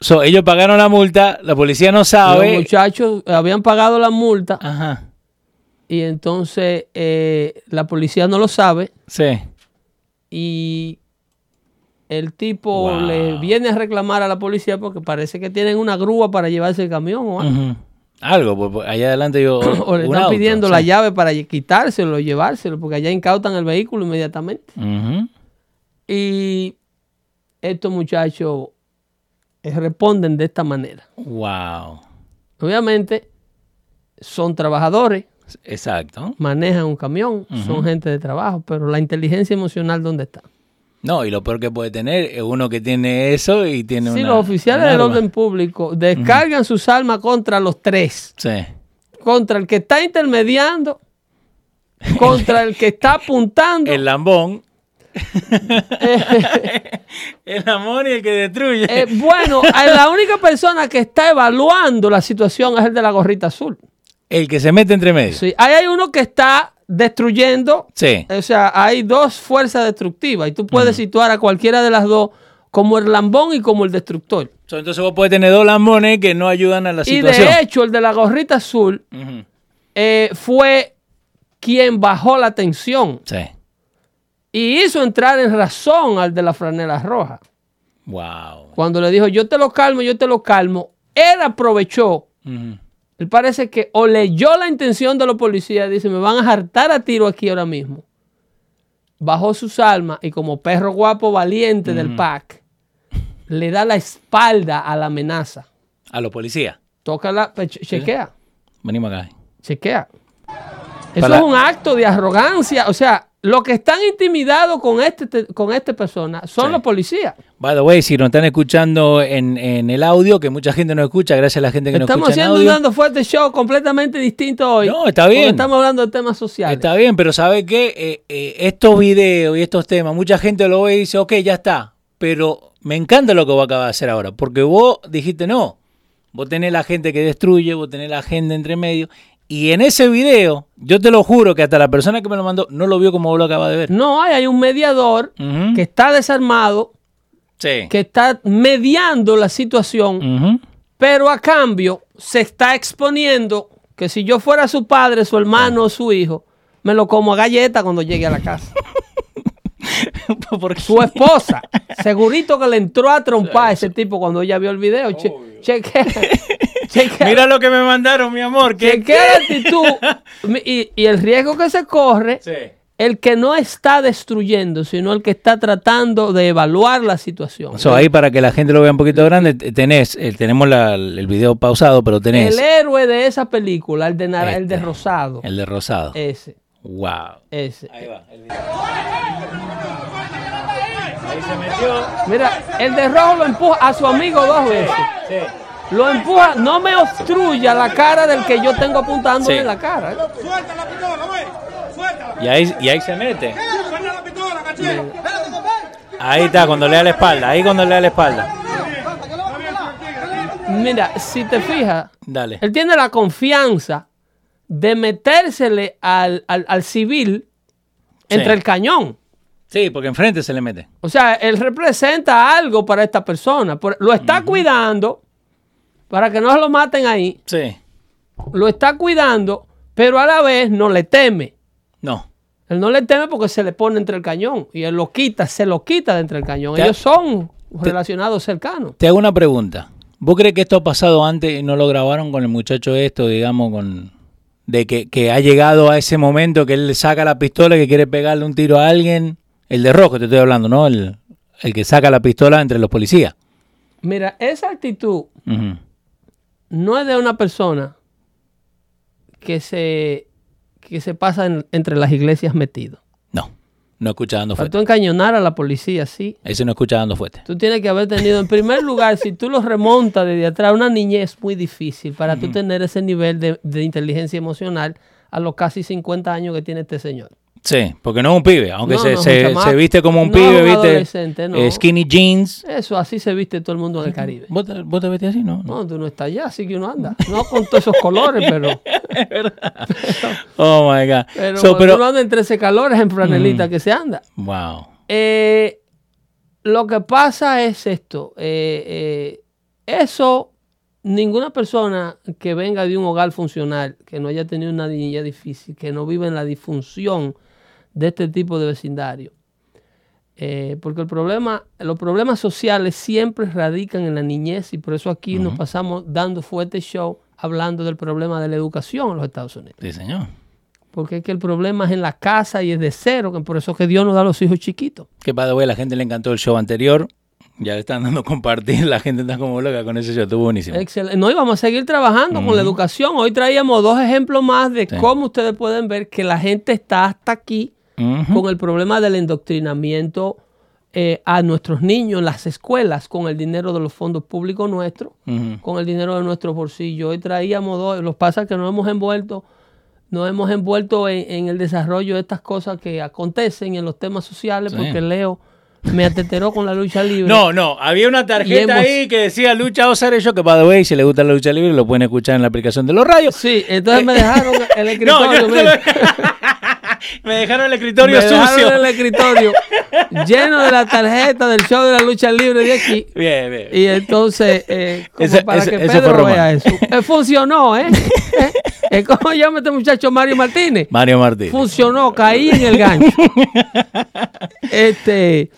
So, ellos pagaron la multa, la policía no
Los
sabe.
muchachos habían pagado la multa
Ajá.
y entonces eh, la policía no lo sabe
Sí.
y el tipo
Wow.
le viene a reclamar a la policía porque parece que tienen una grúa para llevarse el camión o, algo.
Ujú. Algo, pues, pues, allá adelante yo.
O le
un
están
auto,
pidiendo
sí.
la llave para lle- quitárselo, llevárselo, porque allá incautan el vehículo inmediatamente.
Ujú.
Y estos muchachos eh, responden de esta manera.
Wow.
Obviamente son trabajadores,
Exacto.
manejan un camión, son gente de trabajo, pero la inteligencia emocional, ¿dónde está?
No, y lo peor que puede tener es uno que tiene eso y tiene
Si
una-
los oficiales
un
del
arma.
orden público descargan sus armas contra los tres,
Sí.
contra el que está intermediando, contra el que está apuntando,
El lambón. el lambón y el que destruye.
Eh, bueno, a la única persona que está evaluando la situación es el de la gorrita azul.
el que se mete entre medio. Sí.
Sí, ahí hay uno que está destruyendo, o sea, hay dos fuerzas destructivas y tú puedes situar a cualquiera de las dos como el lambón y como el destructor.
So, entonces vos podés tener dos lambones que no ayudan a la
Y
situación.
de hecho, el de la gorrita azul
Ujú.
eh, fue quien bajó la tensión
Sí.
y hizo entrar en razón al de la franela roja.
Wow.
Cuando le dijo, yo te lo calmo, yo te lo calmo, él aprovechó
Ujú.
Él parece que o leyó la intención de los policías, dice, me van a hartar a tiro aquí ahora mismo. Bajó sus almas y como perro guapo valiente
Mm.
del pack, le da la espalda a la amenaza.
A los policías.
Toca la, pe- che- chequea.
Venimos acá.
Chequea. Eso
Para-
es un acto de arrogancia. O sea, los que están intimidados con este te- con esta persona son
Sí.
los policías.
By the way, si nos están escuchando en, en el audio, que mucha gente nos escucha, gracias a la gente que nos
Estamos
escucha en
haciendo
audio.
un dando fuerte show completamente distinto hoy.
No, está
porque
bien.
Estamos hablando de temas sociales.
Está bien, pero ¿sabe qué? Eh, eh, estos videos y estos temas, mucha gente lo ve y dice, ok, ya está. Pero me encanta lo que vos acabas de hacer ahora, porque vos dijiste no. Vos tenés la gente que destruye, vos tenés la gente entre medio. Y en ese video, yo te lo juro que hasta la persona que me lo mandó no lo vio como vos lo acabas de ver.
No hay, hay un mediador
Ujú.
que está desarmado,
Sí.
que está mediando la situación,
Ujú.
pero a cambio se está exponiendo que si yo fuera su padre, su hermano o su hijo, me lo como a galleta cuando llegue a la casa.
Porque-
Su esposa, segurito que le entró a trompar a ese tipo cuando ella vio el video. Che, chequea, chequea-
Mira lo que me mandaron, mi amor. que-
chequea la actitud Mi- y, y el riesgo que se corre.
Sí.
El que no está destruyendo, sino el que está tratando de evaluar la situación.
So, ahí para que la gente lo vea un poquito grande, t- tenés, eh, tenemos la- el video pausado, pero tenés
El
el,
héroe de esa película, el de, nar- el de
Este.
Rosado.
de rosado.
Ese,
Wow.
ese.
Ahí va, el video. Ahí se metió.
Mira, el de rojo lo empuja a su amigo dos veces.
Sí.
Lo empuja, no me obstruya la cara del que yo tengo apuntándole
Sí.
en la cara. ¿eh?
Suelta la pistola, güey. Suéltala.
Y ahí, y ahí se mete.
Suelta la pistola, cachero. Espérate, compadre.
Ahí está, cuando le da la espalda. Ahí cuando le da la espalda.
Mira, si te fijas,
Dale.
él tiene la confianza de metérsele al, al- al civil
Sí.
entre el cañón.
Sí, porque enfrente se le mete.
O sea, él representa algo para esta persona. Por- Lo está cuidando para que no se lo maten ahí.
Sí.
lo está cuidando, pero a la vez no le teme.
No.
Él no le teme porque se le pone entre el cañón y él lo quita, se lo quita de entre el cañón.
Te-
Ellos son relacionados cercanos.
Te hago una pregunta. ¿Vos crees que esto ha pasado antes y no lo grabaron con el muchacho esto, digamos, con de que, que ha llegado a ese momento que él le saca la pistola y que quiere pegarle un tiro a alguien? El de rojo te estoy hablando, ¿no? El, el que saca la pistola entre los policías.
Mira, esa actitud
Ujú.
no es de una persona que se, que se pasa en- entre las iglesias metido.
No, no escucha dando
Para
fuerte.
tú encañonar a la policía así,
Ese no escucha dando fuerte.
tú tienes que haber tenido, en primer lugar, si tú lo remontas desde atrás, una niñez muy difícil para tú tener ese nivel de, de inteligencia emocional a los casi 50 años que tiene este señor.
Sí, porque no es un pibe, aunque
No,
se,
no es un
se-
chamaco.
se viste como un
No es
pibe,
un
viste
adolescente, no.
Eh, skinny jeans.
Eso así se viste todo el mundo en el Caribe.
¿Vos te, vos te vestís así? No.
No, tú no estás allá, así que uno anda. No con todos esos colores, pero.
Oh my god.
Pero,
So, pero-
uno anda entre ese calores en franelita que se anda.
wow.
Eh, lo que pasa es esto. eh, eh, eso, ninguna persona que venga de un hogar funcional, que no haya tenido una niñez difícil, que no vive en la disfunción de este tipo de vecindario. eh, porque el problema, los problemas sociales siempre radican en la niñez y por eso aquí nos pasamos dando fuerte show hablando del problema de la educación en los Estados Unidos.
Sí, señor.
Porque es que el problema es en la casa y es de cero, que por eso es que Dios nos da a los hijos chiquitos.
Que by the way, la gente le encantó el show anterior. Ya le están dando compartir. La gente está como loca con ese show. Estuvo buenísimo.
Excelente. No, y vamos a seguir trabajando con la educación. Hoy traíamos dos ejemplos más de
Sí.
cómo ustedes pueden ver que la gente está hasta aquí
Ujú.
con el problema del endoctrinamiento eh, a nuestros niños en las escuelas con el dinero de los fondos públicos nuestros,
Ujú.
con el dinero de nuestros bolsillos. Hoy traíamos dos, los pasa que nos hemos envuelto, nos hemos envuelto en, en el desarrollo de estas cosas que acontecen en los temas sociales,
Sí.
porque Leo me ateteró con la lucha libre.
No, no, había una
Y
tarjeta
hemos-
ahí que decía lucha o seré yo, que by the way, si le gusta la lucha libre, lo pueden escuchar en la aplicación de los radios.
Sí, entonces me dejaron el
No,
escritorio.
yo-
mira.
me dejaron el escritorio
me dejaron
sucio.
el escritorio lleno de la tarjeta del show de la lucha libre de aquí.
Bien, bien.
Y entonces, eh, como
Ese-
para
ese-
que
ese
Pedro
fue Román.
vea eso. Eh, funcionó, ¿eh? Eh, Es como llama este muchacho Mario Martínez.
Mario Martínez.
Funcionó, caí en el gancho. este.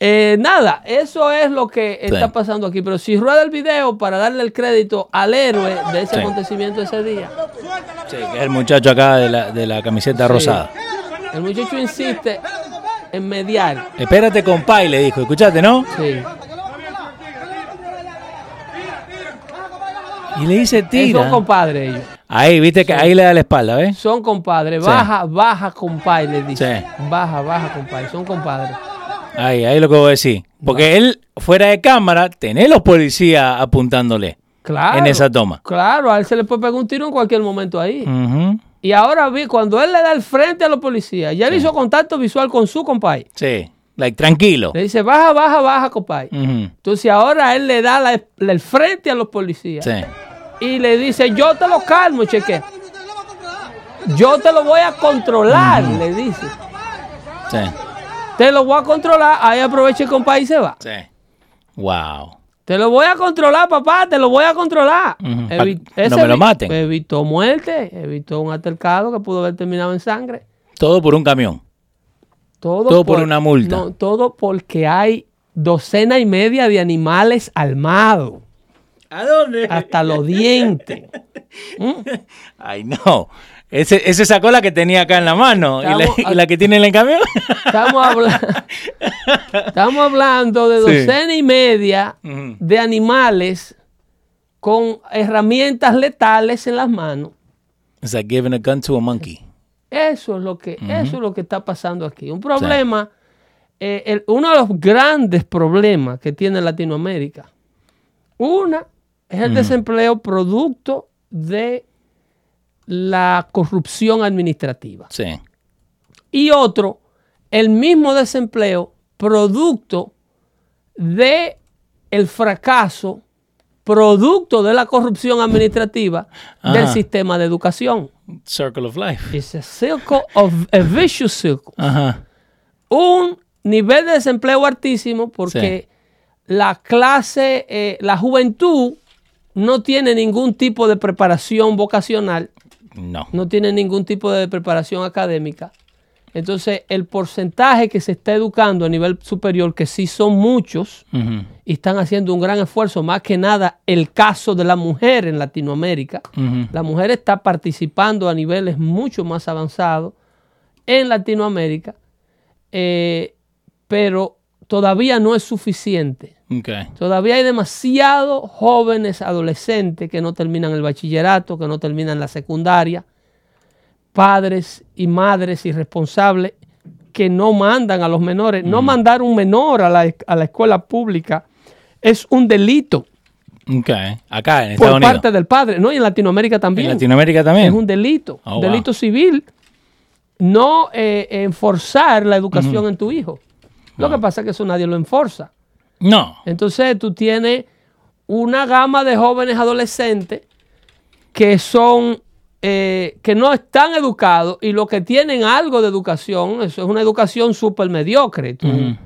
eh, nada, eso es lo que está pasando aquí. Pero si rueda el video para darle el crédito al héroe de ese
Sí.
acontecimiento ese día.
Sí, que es el muchacho acá de la, de la camiseta rosada.
El muchacho insiste en mediar.
Espérate, compay, le dijo. Escuchate, ¿no?
Sí.
Y le dice,
Es un
tira.
Eh, compadre ellos.
Ahí, viste que ahí le da la espalda, ¿ves?
Son compadres.
Sí.
Baja, baja, compadre, le dice.
Sí.
Baja, baja, compadre. Son compadres.
Ahí, ahí lo que voy a decir. Porque él, fuera de cámara, tenés los policías apuntándole
Claro.
en esa toma. Mm.
Claro, a él se le puede pegar un tiro en cualquier momento ahí.
Ujú.
Y ahora vi, cuando él le da el frente a los policías, ya le hizo contacto visual con su compadre.
Sí, like, tranquilo.
Le dice, baja, baja, baja, compadre.
Ujú.
Entonces ahora él le da la- la- el frente a los policías.
Sí.
Y le dice, yo te lo calmo, cheque. Yo te lo voy a controlar, le dice.
Sí.
Te lo voy a controlar. Ahí aprovecha el compadre y se va.
Sí. Wow.
Te lo voy a controlar, papá, te lo voy a controlar.
Ujú.
Evi-
Pa- no
ese
me lo
evi-
maten.
Evitó muerte, evitó un altercado que pudo haber terminado en sangre.
Todo por un camión.
Todo,
Todo por una multa.
no, todo porque hay docena y media de animales armados,
¿A dónde?
hasta los dientes.
Ay, no. Ese, ese sacó la que tenía acá en la mano y la,
Estamos a-
y la que tiene en el camión.
Estamos, habla- Estamos hablando de
Sí.
docena y media
Ujú.
de animales con herramientas letales en las manos.
It's like giving a gun to a monkey.
Eso es lo que, eso es lo que está pasando aquí. Un problema, eh, el- uno de los grandes problemas que tiene Latinoamérica, una es el desempleo producto de la corrupción administrativa.
Sí.
Y otro, el mismo desempleo producto de el fracaso, producto de la corrupción administrativa del
Ajá.
sistema de educación.
Circle of life.
It's a circle of a vicious circle.
Ajá.
Un nivel de desempleo altísimo porque la clase, eh, la juventud no tiene ningún tipo de preparación vocacional,
No.
no tiene ningún tipo de preparación académica. Entonces, el porcentaje que se está educando a nivel superior, que sí son muchos,
Ujú.
y están haciendo un gran esfuerzo, más que nada el caso de la mujer en Latinoamérica.
Ujú.
La mujer está participando a niveles mucho más avanzados en Latinoamérica, eh, pero todavía no es suficiente.
Okay.
Todavía hay demasiados jóvenes adolescentes que no terminan el bachillerato, que no terminan la secundaria, padres y madres irresponsables que no mandan a los menores. No
Mm.
mandar un menor a la, a la escuela pública es un delito
Ok. Acá en
por
Estados Unidos.
parte del padre, ¿no? Y en Latinoamérica también.
En Latinoamérica también.
Es un delito,
Oh,
un
wow.
delito civil. No eh, enforzar la educación en tu hijo. Lo que pasa es que eso nadie lo enforza.
No.
Entonces tú tienes una gama de jóvenes adolescentes que son eh, que no están educados y los que tienen algo de educación, eso es una educación súper mediocre. Tú,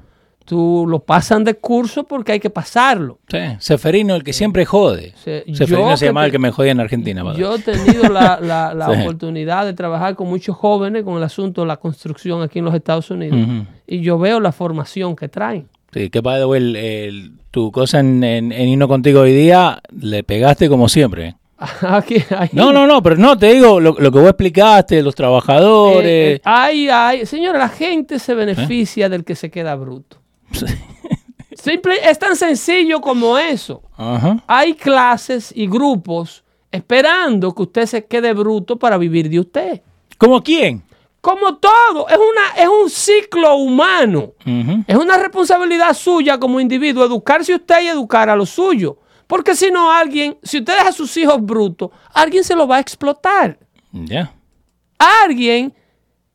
tú lo pasan de curso porque hay que pasarlo.
Sí. Seferino, el que siempre jode.
Se-
Seferino
yo
se
que
llama
te-
el que me jodía en Argentina. by the
Yo
way.
he tenido la, la- la
Sí.
oportunidad de trabajar con muchos jóvenes con el asunto de la construcción aquí en los Estados Unidos.
Ujú.
Y yo veo la formación que traen.
Sí, que by the way, el- el- tu cosa en, en, en Himno Contigo hoy día, le pegaste como siempre.
Aquí, eh, ahí.
No, no, no, pero no, te digo lo, lo que vos explicaste, los
Eh,
trabajadores.
eh, ay, ay. Señor, la gente se beneficia del que se queda bruto. Simple, es tan sencillo como eso.
Ajá.
Hay clases y grupos esperando que usted se quede bruto para vivir de usted.
¿Cómo quién?
Como todo, es, una, es un ciclo humano.
Ujú.
Es una responsabilidad suya como individuo educarse usted y educar a los suyos. Porque si no, alguien, si usted deja a sus hijos brutos, alguien se los va a explotar.
Ya.
Alguien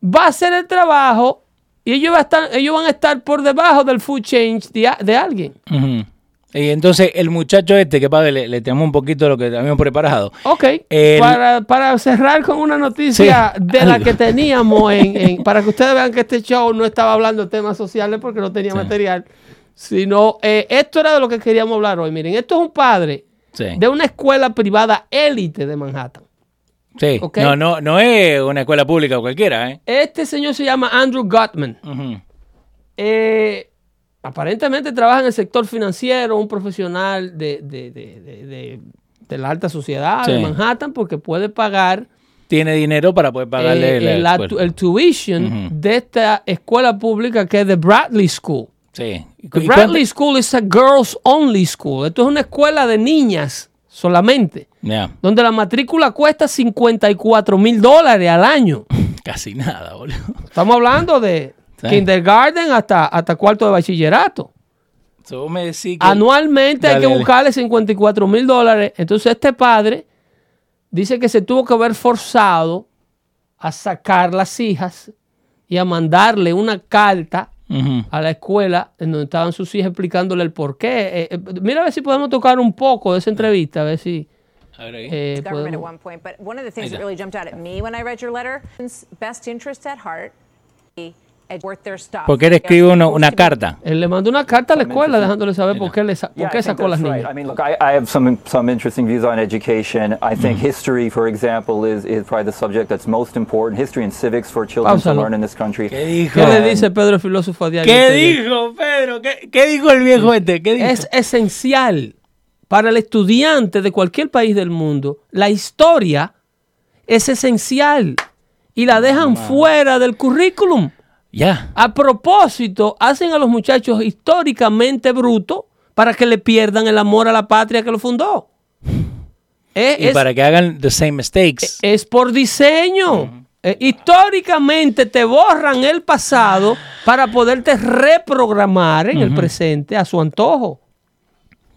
va a hacer el trabajo y ellos, va a estar- ellos van a estar por debajo del food change de, a- de alguien.
Ujú. Y entonces el muchacho este, que padre, le, le tenemos un poquito lo que habíamos preparado.
Ok,
El-
para, para cerrar con una noticia
Sí,
de la
algo.
que teníamos, en, en- para que ustedes vean que este show no estaba hablando de temas sociales porque no tenía material, sino eh, esto era de lo que queríamos hablar hoy. Miren, esto es un padre
Sí.
de una escuela privada élite de Manhattan.
Sí.
Ok.
No, no, no es una escuela pública cualquiera, ¿eh?
Este señor se llama Andrew Gottman.
Ujú.
Eh, aparentemente trabaja en el sector financiero, un profesional de, de- de- de- de- de la alta sociedad de
Sí.
Manhattan, porque puede pagar
Tiene dinero para poder pagarle
eh,
la
el, atu-
escuela.
el tuition
Ujú.
de esta escuela pública que es the Bradley School.
Sí. ¿Y cu-
The
y
Bradley School es a girls only school. Esto es una escuela de niñas solamente,
Ya,
donde la matrícula cuesta 54 mil dólares al año.
casi nada, boludo.
Estamos hablando de
Sí.
kindergarten hasta, hasta cuarto de bachillerato.
So, vos me decís que-
Anualmente hay
Dale,
que
dale.
buscarle 54 mil dólares. Entonces este padre dice que se tuvo que ver forzado a sacar las hijas y a mandarle una carta
Ujú.
a la escuela en donde estaban sus hijas explicándole el por qué. Eh, mira a ver si podemos tocar un poco de esa entrevista, a ver si...
A ver ahí.
eh,
government at
podemos-
one point. But one of the
Ahí
things
está.
that really jumped out at me when I read your letter, best interest at heart, and worth their stop.
Porque él escribe uno- una carta.
Él le mandó una carta a la escuela dejándole saber por qué, le sa- por
Yeah, I
qué
think
sacó las
that's
niñas.
right. I mean, look, I, I have some some interesting views on education.
Mm-hmm.
I think history, for example, is is probably the subject that's most important. History and civics for children
Pausalo.
to learn in this country.
¿Qué dijo?
¿Qué le dice Pedro el filósofo a diario?
¿Qué
Este día?
dijo, Pedro? ¿Qué, qué dijo el viejo este? ¿Qué dijo?
Es esencial para el estudiante de cualquier país del mundo. La historia es esencial y la dejan fuera del currículum.
Ya.
A propósito, hacen a los muchachos históricamente brutos para que le pierdan el amor a la patria que lo fundó. Es, Eh,
Y
es-
para que hagan the same mistakes.
es por diseño. Eh, históricamente te borran el pasado para poderte reprogramar en el presente a su antojo.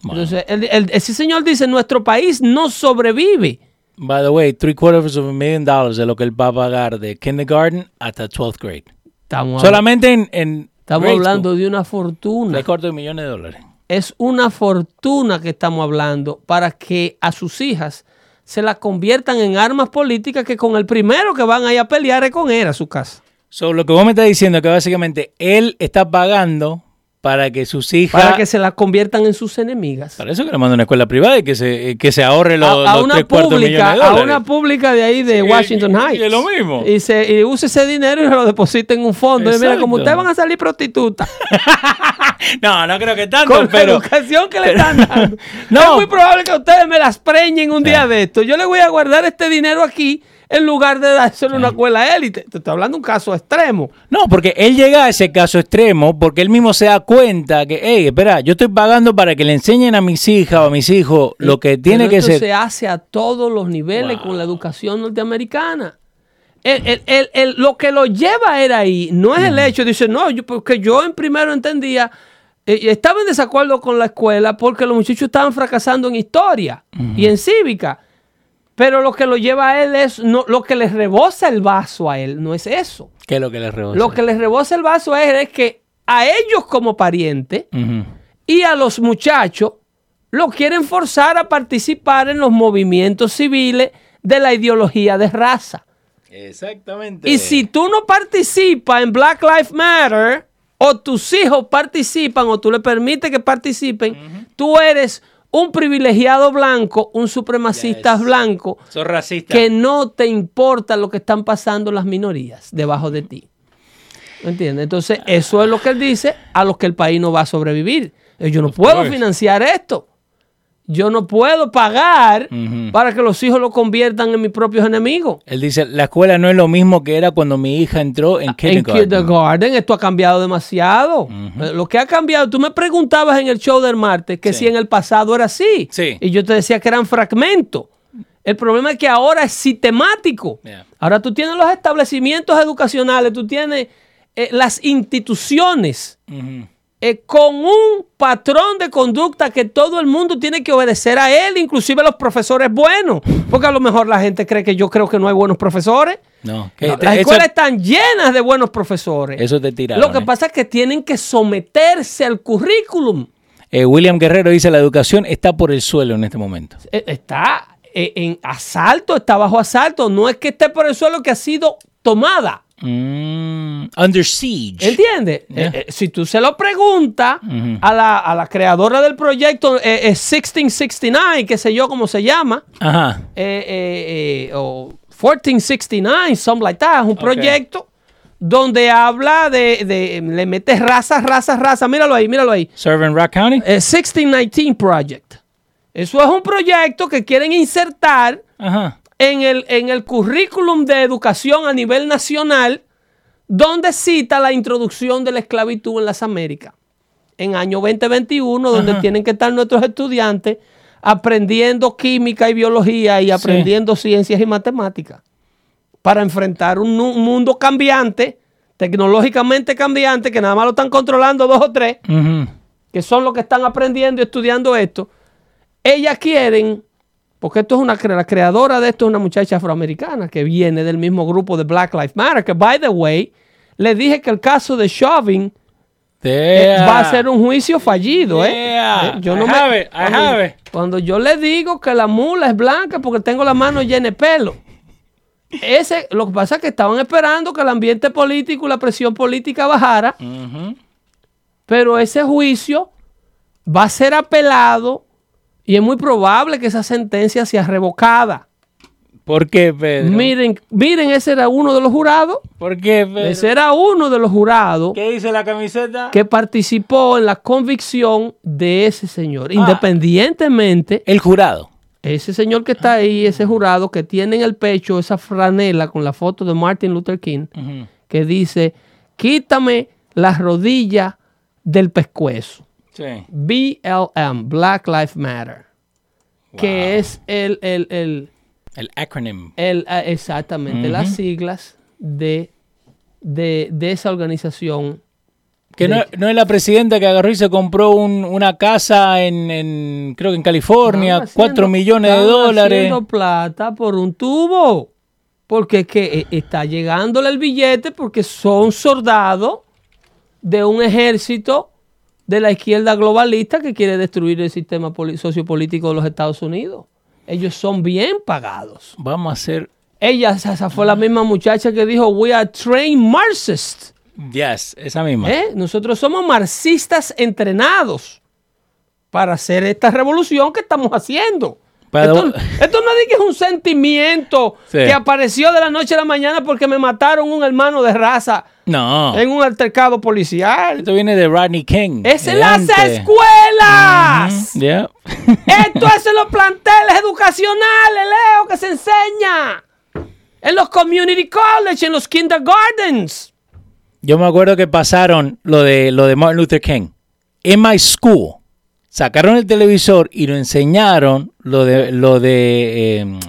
Bueno.
Entonces, el, el- ese señor dice, nuestro país no sobrevive.
By the way, three quarters of a million dollars de lo que él va a pagar de kindergarten hasta 12th grade.
Estamos,
Solamente en. en
estamos
grade
hablando
school.
de una fortuna.
Tres cuartos de millones de dólares.
Es una fortuna que estamos hablando para que a sus hijas se las conviertan en armas políticas que con el primero que van ahí a pelear es con él a su casa.
So, lo que vos me estás diciendo es que básicamente él está pagando para que sus hijas.
Para que se las conviertan en sus enemigas.
Para eso que lo manda a una escuela privada y que se, eh, que se ahorre los,
a, a
los
una
tres cuartos de
pública,
millones de
a
dólares.
una pública de ahí de
Sí,
Washington
y- y
Heights.
es lo mismo.
Y, se, y use ese dinero y lo deposita en un fondo. Y mira,
Exacto.
como ustedes van a salir prostitutas
No, no creo que tanto,
con la
pero.
educación que le están dando,
No.
es muy probable que ustedes me las preñen un día de esto. Yo le voy a guardar este dinero aquí en lugar de dárselo a una escuela élite. Te estoy hablando de un caso extremo.
No, porque él llega a ese caso extremo porque él mismo se da cuenta que, hey, espera, yo estoy pagando para que le enseñen a mis hijas o a mis hijos lo que tiene
Pero
que
esto
ser.
se hace a todos los niveles
Wow.
con la educación norteamericana. El- el- el- el- lo que lo lleva a él ahí no es
Mm.
el hecho, dice, no, yo, porque yo en primero entendía, eh, estaba en desacuerdo con la escuela porque los muchachos estaban fracasando en historia y en cívica. Pero lo que lo lleva a él es, no, lo que les rebosa el vaso a él, no es eso.
¿Qué es lo que le rebosa?
Lo que les rebosa el vaso a él es que a ellos como pariente,
Ujú.
y a los muchachos los quieren forzar a participar en los movimientos civiles de la ideología de raza.
Exactamente.
Y si tú no participas en Black Lives Matter, o tus hijos participan, o tú le permites que participen, tú eres un privilegiado blanco, un supremacista
Yes.
blanco,
Sos racista.
que no te importa lo que están pasando las minorías debajo de ti. ¿Me entiendes? Entonces, eso es lo que él dice a los que el país no va a sobrevivir. Eh, Yo no puedo
course.
financiar esto. Yo no puedo pagar
Ujú.
para que los hijos lo conviertan en mis propios enemigos.
Él dice, la escuela no es lo mismo que era cuando mi hija entró en
Ah, En
kindergarten.
kindergarten esto ha cambiado demasiado. Eh, Lo que ha cambiado, tú me preguntabas en el show del martes que
Sí.
si en el pasado era así.
Sí.
Y yo te decía que eran fragmentos. El problema es que ahora es sistemático.
Yeah.
Ahora tú tienes los establecimientos educacionales, tú tienes eh, las instituciones
Ujú.
eh, con un patrón de conducta que todo el mundo tiene que obedecer a él, inclusive los profesores buenos. Porque a lo mejor la gente cree que yo creo que no hay buenos profesores.
No, que-
Las
eso-
escuelas están llenas de buenos profesores.
Eso te tiraron.
Lo que
eh.
pasa es que tienen que someterse al currículum.
Eh, William Guerrero dice, la educación está por el suelo en este momento.
Eh, Está eh, en asalto, está bajo asalto. No es que esté por el suelo que ha sido tomada.
Mm, under siege.
¿Entiendes?
Yeah.
Eh, eh, si tú se lo preguntas a, la, a la creadora del proyecto eh, eh, 1669, qué sé yo cómo se llama,
Ajá.
eh, eh, eh, o 1469, something like that, es un proyecto donde habla de, de- le metes raza, raza, raza, míralo ahí, míralo ahí.
Serving Rock County.
Eh, 1619 Project. Eso es un proyecto que quieren insertar
Ajá.
en el, en el currículum de educación a nivel nacional, donde cita la introducción de la esclavitud en las Américas, en año 2021, donde tienen que estar nuestros estudiantes aprendiendo química y biología y aprendiendo ciencias y matemáticas para enfrentar un, nu- mundo cambiante, tecnológicamente cambiante, que nada más lo están controlando dos o tres,
Ujú.
que son los que están aprendiendo y estudiando esto. Ellas quieren, porque esto es una cre- la creadora de esto es una muchacha afroamericana que viene del mismo grupo de Black Lives Matter, que by the way, le dije que el caso de Chauvin eh,
Tea.
va a ser un juicio fallido, ¿eh?
Yeah.
Eh, Yo no
I
me-
have it, I
cuando,
have it.
cuando yo le digo que la mula es blanca porque tengo la mano llena de pelo. Ese, lo que pasa es que estaban esperando que el ambiente político y la presión política bajara, pero ese juicio va a ser apelado y es muy probable que esa sentencia sea revocada.
¿Por qué, Pedro?
Miren, miren, ese era uno de los jurados.
¿Por qué, Pedro?
Ese era uno de los jurados
¿Qué dice la camiseta?
que participó en la convicción de ese señor. Independientemente,
El jurado.
ese señor que está ahí, ese jurado que tiene en el pecho esa franela con la foto de Martin Luther King, que dice, quítame las rodillas del pescuezo.
Sí.
BLM, Black Lives Matter, que es el, el, el,
El acronym.
el- ah, exactamente, las siglas de, de, de esa organización.
Que no, no es la presidenta que agarró y se compró un- una casa en, en- creo que en California,
Estaban haciendo-
4 millones de
estaban
dólares.
haciendo plata por un tubo. Porque es que eh, está llegándole el billete porque son soldados de un ejército de la izquierda globalista que quiere destruir el sistema poli- sociopolítico de los Estados Unidos. Ellos son bien pagados.
Vamos a hacer,
Ella, esa esa fue la misma muchacha que dijo, we are trained Marxists.
yes, esa misma.
¿Eh? Nosotros somos marxistas entrenados para hacer esta revolución que estamos haciendo.
Para-
Esto, esto no es que es un sentimiento
Sí.
que apareció de la noche a la mañana porque me mataron un hermano de raza
No,
en un altercado policial.
esto viene de Rodney King.
Es en
de
las
antes.
escuelas.
Ujú, yeah.
Esto es en los planteles educacionales, Leo, que se enseña. En los community college, en los kindergartens.
Yo me acuerdo que pasaron lo de, lo de Martin Luther King. En my school, sacaron el televisor y lo enseñaron lo de, lo de eh,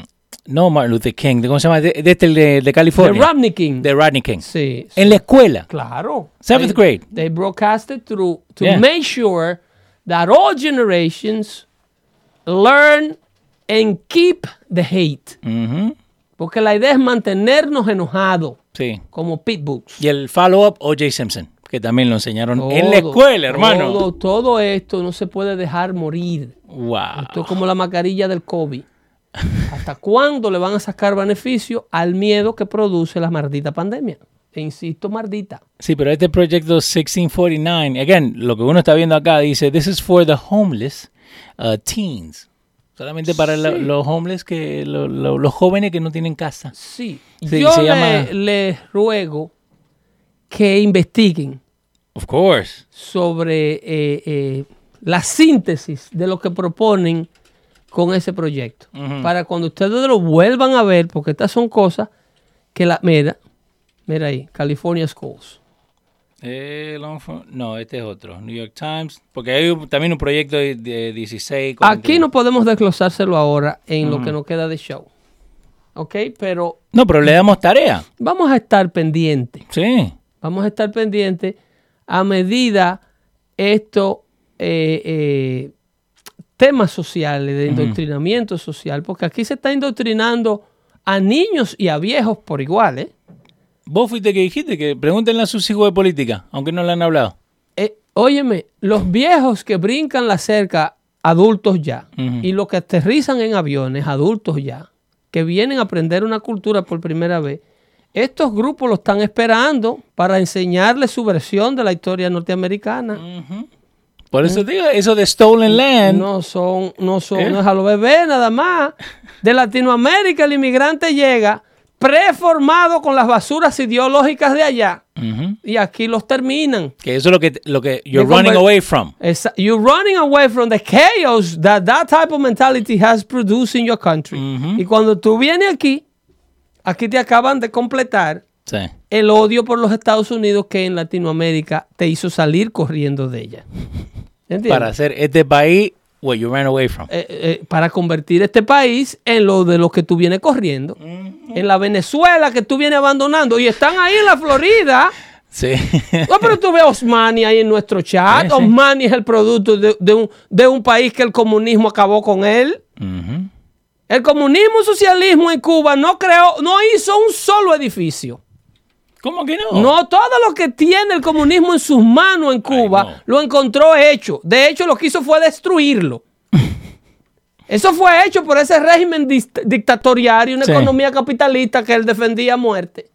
no Martin Luther King, ¿cómo se llama? De, de este de, de
De
California.
Romney King.
De Rodney King.
sí, sí.
En la escuela.
Claro.
Seventh
They-
grade.
They broadcast it through to
Yeah.
make sure that all generations learn and keep the hate.
Mm-hmm.
Porque la idea es mantenernos enojados
Sí.
como pitbulls.
Y el follow-up O.J. Simpson, que también lo enseñaron en la escuela, hermano.
Todo, todo esto no se puede dejar morir.
Wow.
Esto es como la mascarilla del COVID. ¿Hasta cuándo le van a sacar beneficio al miedo que produce la maldita pandemia? E insisto, maldita.
Sí, pero este proyecto 1649, again, lo que uno está viendo acá dice, this is for the homeless uh, teens. Solamente para lo- los homeless, que lo- lo- los jóvenes que no tienen casa.
Sí,
Sí,
yo
se
le-
llama-
les ruego que investiguen
Of course.
sobre eh, eh, la síntesis de lo que proponen con ese proyecto. Para cuando ustedes lo vuelvan a ver, porque estas son cosas que la... Mira, mira ahí, California Schools.
no, este es otro. New York Times. Porque hay un- también un proyecto de, de 16.
Aquí no podemos desglosárselo ahora en lo que nos queda de show. ¿Ok? Pero
No, pero le damos tarea.
vamos a estar pendientes.
Sí.
Vamos a estar pendientes a medida esto eh, eh, temas sociales, de indoctrinamiento social, porque aquí se está indoctrinando a niños y a viejos por igual. ¿eh?
Vos fuiste que dijiste que pregúntenle a sus hijos de política, aunque no le han hablado.
Eh, óyeme, los viejos que brincan la cerca, adultos ya, y los que aterrizan en aviones, adultos ya, que vienen a aprender una cultura por primera vez, estos grupos lo están esperando para enseñarles su versión de la historia norteamericana.
Por eso te digo, eso de Stolen Land.
No son, no son,
Em, ¿Eh?
no es a los bebés nada más. De Latinoamérica el inmigrante llega preformado con las basuras ideológicas de allá
Ujú.
y aquí los terminan.
Que eso es lo que, lo que you're
De
running
conver-
away from.
Esa- You're running away from the chaos that that type of mentality has produced in your country. Y cuando tú vienes aquí, aquí te acaban de completar
Sí.
el odio por los Estados Unidos que en Latinoamérica te hizo salir corriendo de ella. ¿Entiendes?
para hacer este país What you ran away from.
eh, eh, para convertir este país en lo de lo que tú vienes corriendo. En la Venezuela que tú vienes abandonando. Y están ahí en la Florida.
Sí.
No, pero tú ves a Osmani ahí en nuestro chat.
Sí, sí.
Osmani es el producto de, de un, de un país que el comunismo acabó con él.
Ujú.
El comunismo y socialismo en Cuba no creó, no hizo un solo edificio.
¿Cómo que no?
No, todo lo que tiene el comunismo en sus manos en Cuba
no.
lo encontró hecho. De hecho, lo que hizo fue destruirlo. Eso fue hecho por ese régimen dist- dictatorial y una
Sí.
economía capitalista que él defendía a muerte.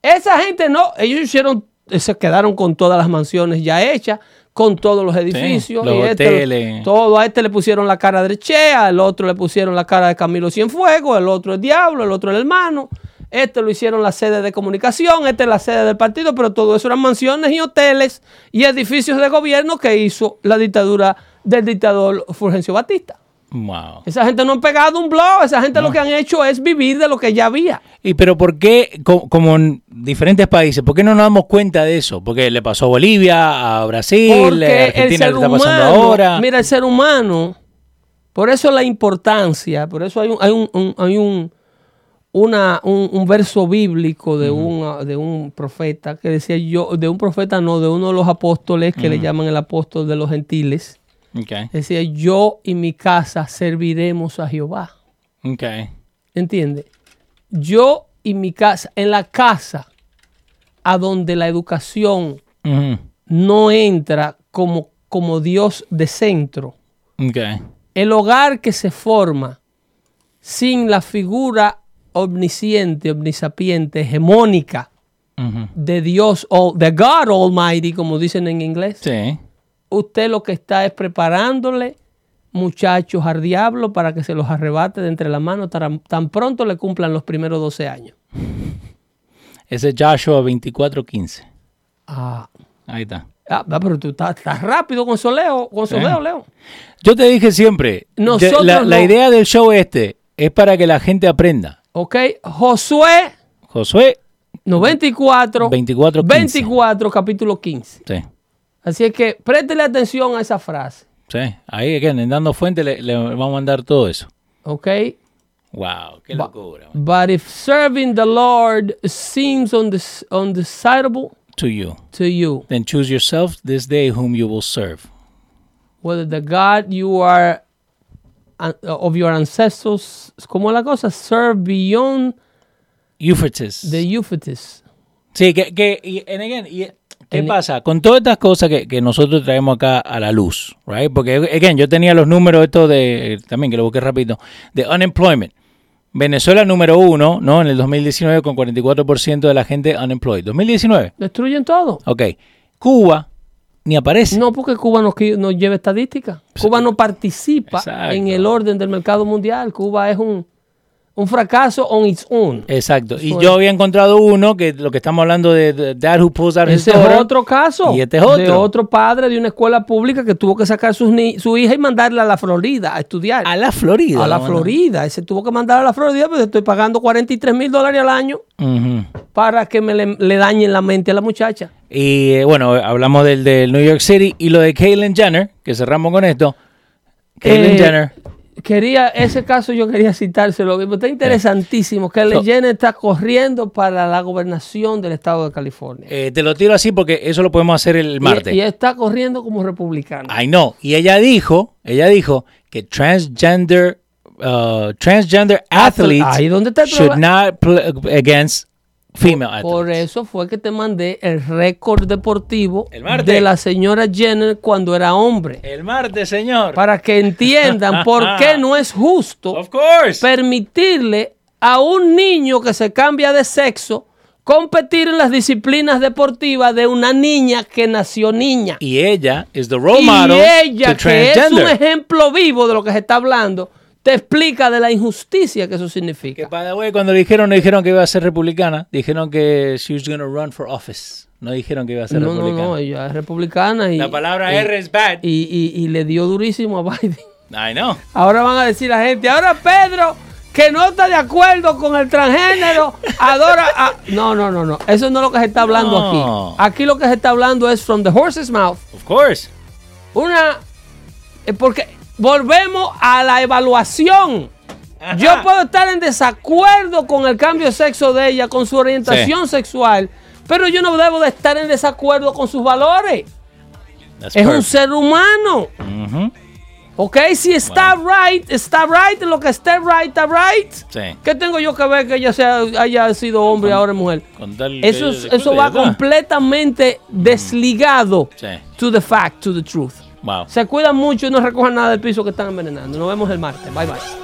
Esa gente no, ellos hicieron, se quedaron con todas las mansiones ya hechas, con todos los edificios.
los
y este-
hoteles.
todo a este le pusieron la cara de Chea, al otro le pusieron la cara de Camilo Cienfuegos, el otro el diablo, el otro el hermano. Este lo hicieron la sede de comunicación, este es la sede del partido, pero todo eso eran mansiones y hoteles y edificios de gobierno que hizo la dictadura del dictador Fulgencio Batista.
Wow.
Esa gente no han pegado un blog, esa gente lo que han hecho es vivir de lo que ya había.
¿Y pero por qué, co- como en diferentes países, por qué no nos damos cuenta de eso? Porque le pasó a Bolivia, a Brasil, a
Porque el
Argentina
ser
le está pasando
humano,
ahora.
mira, el ser humano, por eso la importancia, por eso hay un, hay un, un- hay un, una- un- un verso bíblico de, un, de un profeta que decía yo, de un profeta no, de uno de los apóstoles que le llaman el apóstol de los gentiles,
Ok,
decía yo y mi casa serviremos a Jehová.
ok.
¿Entiendes? Yo y mi casa, en la casa, a donde la educación
Ujú,
no entra como, como Dios de centro.
ok.
El hogar que se forma sin la figura omnisciente, omnisapiente, hegemónica
Ujú.
de Dios, o de God Almighty, como dicen en inglés,
Sí.
usted lo que está es preparándole muchachos al diablo para que se los arrebate de entre las manos tan, tan pronto le cumplan los primeros 12 años.
Ese es Joshua 2415.
Ah,
Ahí está.
ah, pero tú estás, estás rápido con soleo, con soleo, Leo.
Yo te dije siempre,
Nosotros
de- la, la
no.
idea del show este es para que la gente aprenda.
Ok, Josué
Josué,
94,
24, 15.
24, capítulo 15.
sí,
Así es que préstele atención a esa frase,
sí. Ahí, again, en dando fuente, le, le vamos a mandar todo eso.
¿ok?
Wow, qué
Ba-
locura. man.
But if serving the Lord seems undes- undesirable
To you.
to you,
Then choose yourself this day whom you will serve.
whether the God you are an- of your ancestors, como la cosa, serve beyond
Euphrates.
the Euphrates.
Sí, que, que y, and again, y- ¿qué
And-
pasa? Con todas estas cosas que, que nosotros traemos acá a la luz, right? Porque, again, yo tenía los números estos de, también que lo busqué rápido, de unemployment. Venezuela número uno, ¿no? En el 2019 con 44% de la gente unemployed. 2019,
Destruyen todo.
ok. Cuba ni aparece.
No, porque Cuba no, qui- no lleva estadística. Cuba no participa
Exacto.
en el orden del mercado mundial. Cuba es un, un fracaso on its own.
Exacto. Y
Fue-
yo había encontrado uno que lo que estamos hablando de, de Dad Who Pulls Out His
Ese es
Daughter.
otro caso
Y este es
de
otro.
otro padre de una escuela pública que tuvo que sacar sus ni- su hija y mandarla a la Florida a estudiar.
A la Florida.
A la
lo mandaron.
Florida. Ese tuvo que mandar a la Florida porque estoy pagando 43 mil dólares al año
Ujú.
para que me le, le dañen la mente a la muchacha.
Y eh, bueno, hablamos del de New York City y lo de Caitlyn Jenner, que cerramos con esto. Caitlyn
Eh,
Jenner.
Quería, ese caso yo quería citárselo, pero está interesantísimo, que
So-
Jenner está corriendo para la gobernación del estado de California.
eh, te lo tiro así porque eso lo podemos hacer el martes.
Y, y está corriendo como republicana.
I know. Y ella dijo, ella dijo que transgender uh, transgender athletes
Ahí donde está el
should
problema.
not play against female athletes.
Por eso fue que te mandé el récord deportivo
El martes.
de la señora Jenner cuando era hombre.
El martes, señor.
Para que entiendan por qué no es justo
Of course.
permitirle a un niño que se cambia de sexo competir en las disciplinas deportivas de una niña que nació niña.
y ella is the role
y
model
ella,
to
que es un
transgender.
ejemplo vivo de lo que se está hablando, te explica de la injusticia que eso significa.
Que by the way, cuando le dijeron, no dijeron que iba a ser republicana, dijeron que she was gonna run for office. No dijeron que iba a ser
No, no,
republicana.
no, ella es republicana y,
La palabra
y-
R es bad.
y, y- y le dio durísimo a Biden.
I know.
Ahora van a decir la gente, ahora Pedro, que no está de acuerdo con el transgénero, adora a... No, no, no, no, eso no es lo que se está hablando
No.
aquí. Aquí lo que se está hablando es from the horse's mouth,
Of course.
una Eh, Porque volvemos a la evaluación. Yo puedo estar en desacuerdo con el cambio de sexo de ella, con su orientación sexual, pero yo no debo de estar en desacuerdo con sus valores.
That's
es un
perfect.
ser humano. Ok, si está right, está right, lo que esté right, está right.
Sí.
¿Qué tengo yo que ver que ella sea, haya sido hombre y ahora es mujer?
Con tal
Eso,
que
es-
ella
eso
disfrute,
va
ya está.
completamente desligado
Sí.
to the fact, to the truth.
Wow.
Se cuidan mucho y no recojan nada del piso que están envenenando. Nos vemos el martes. Bye bye.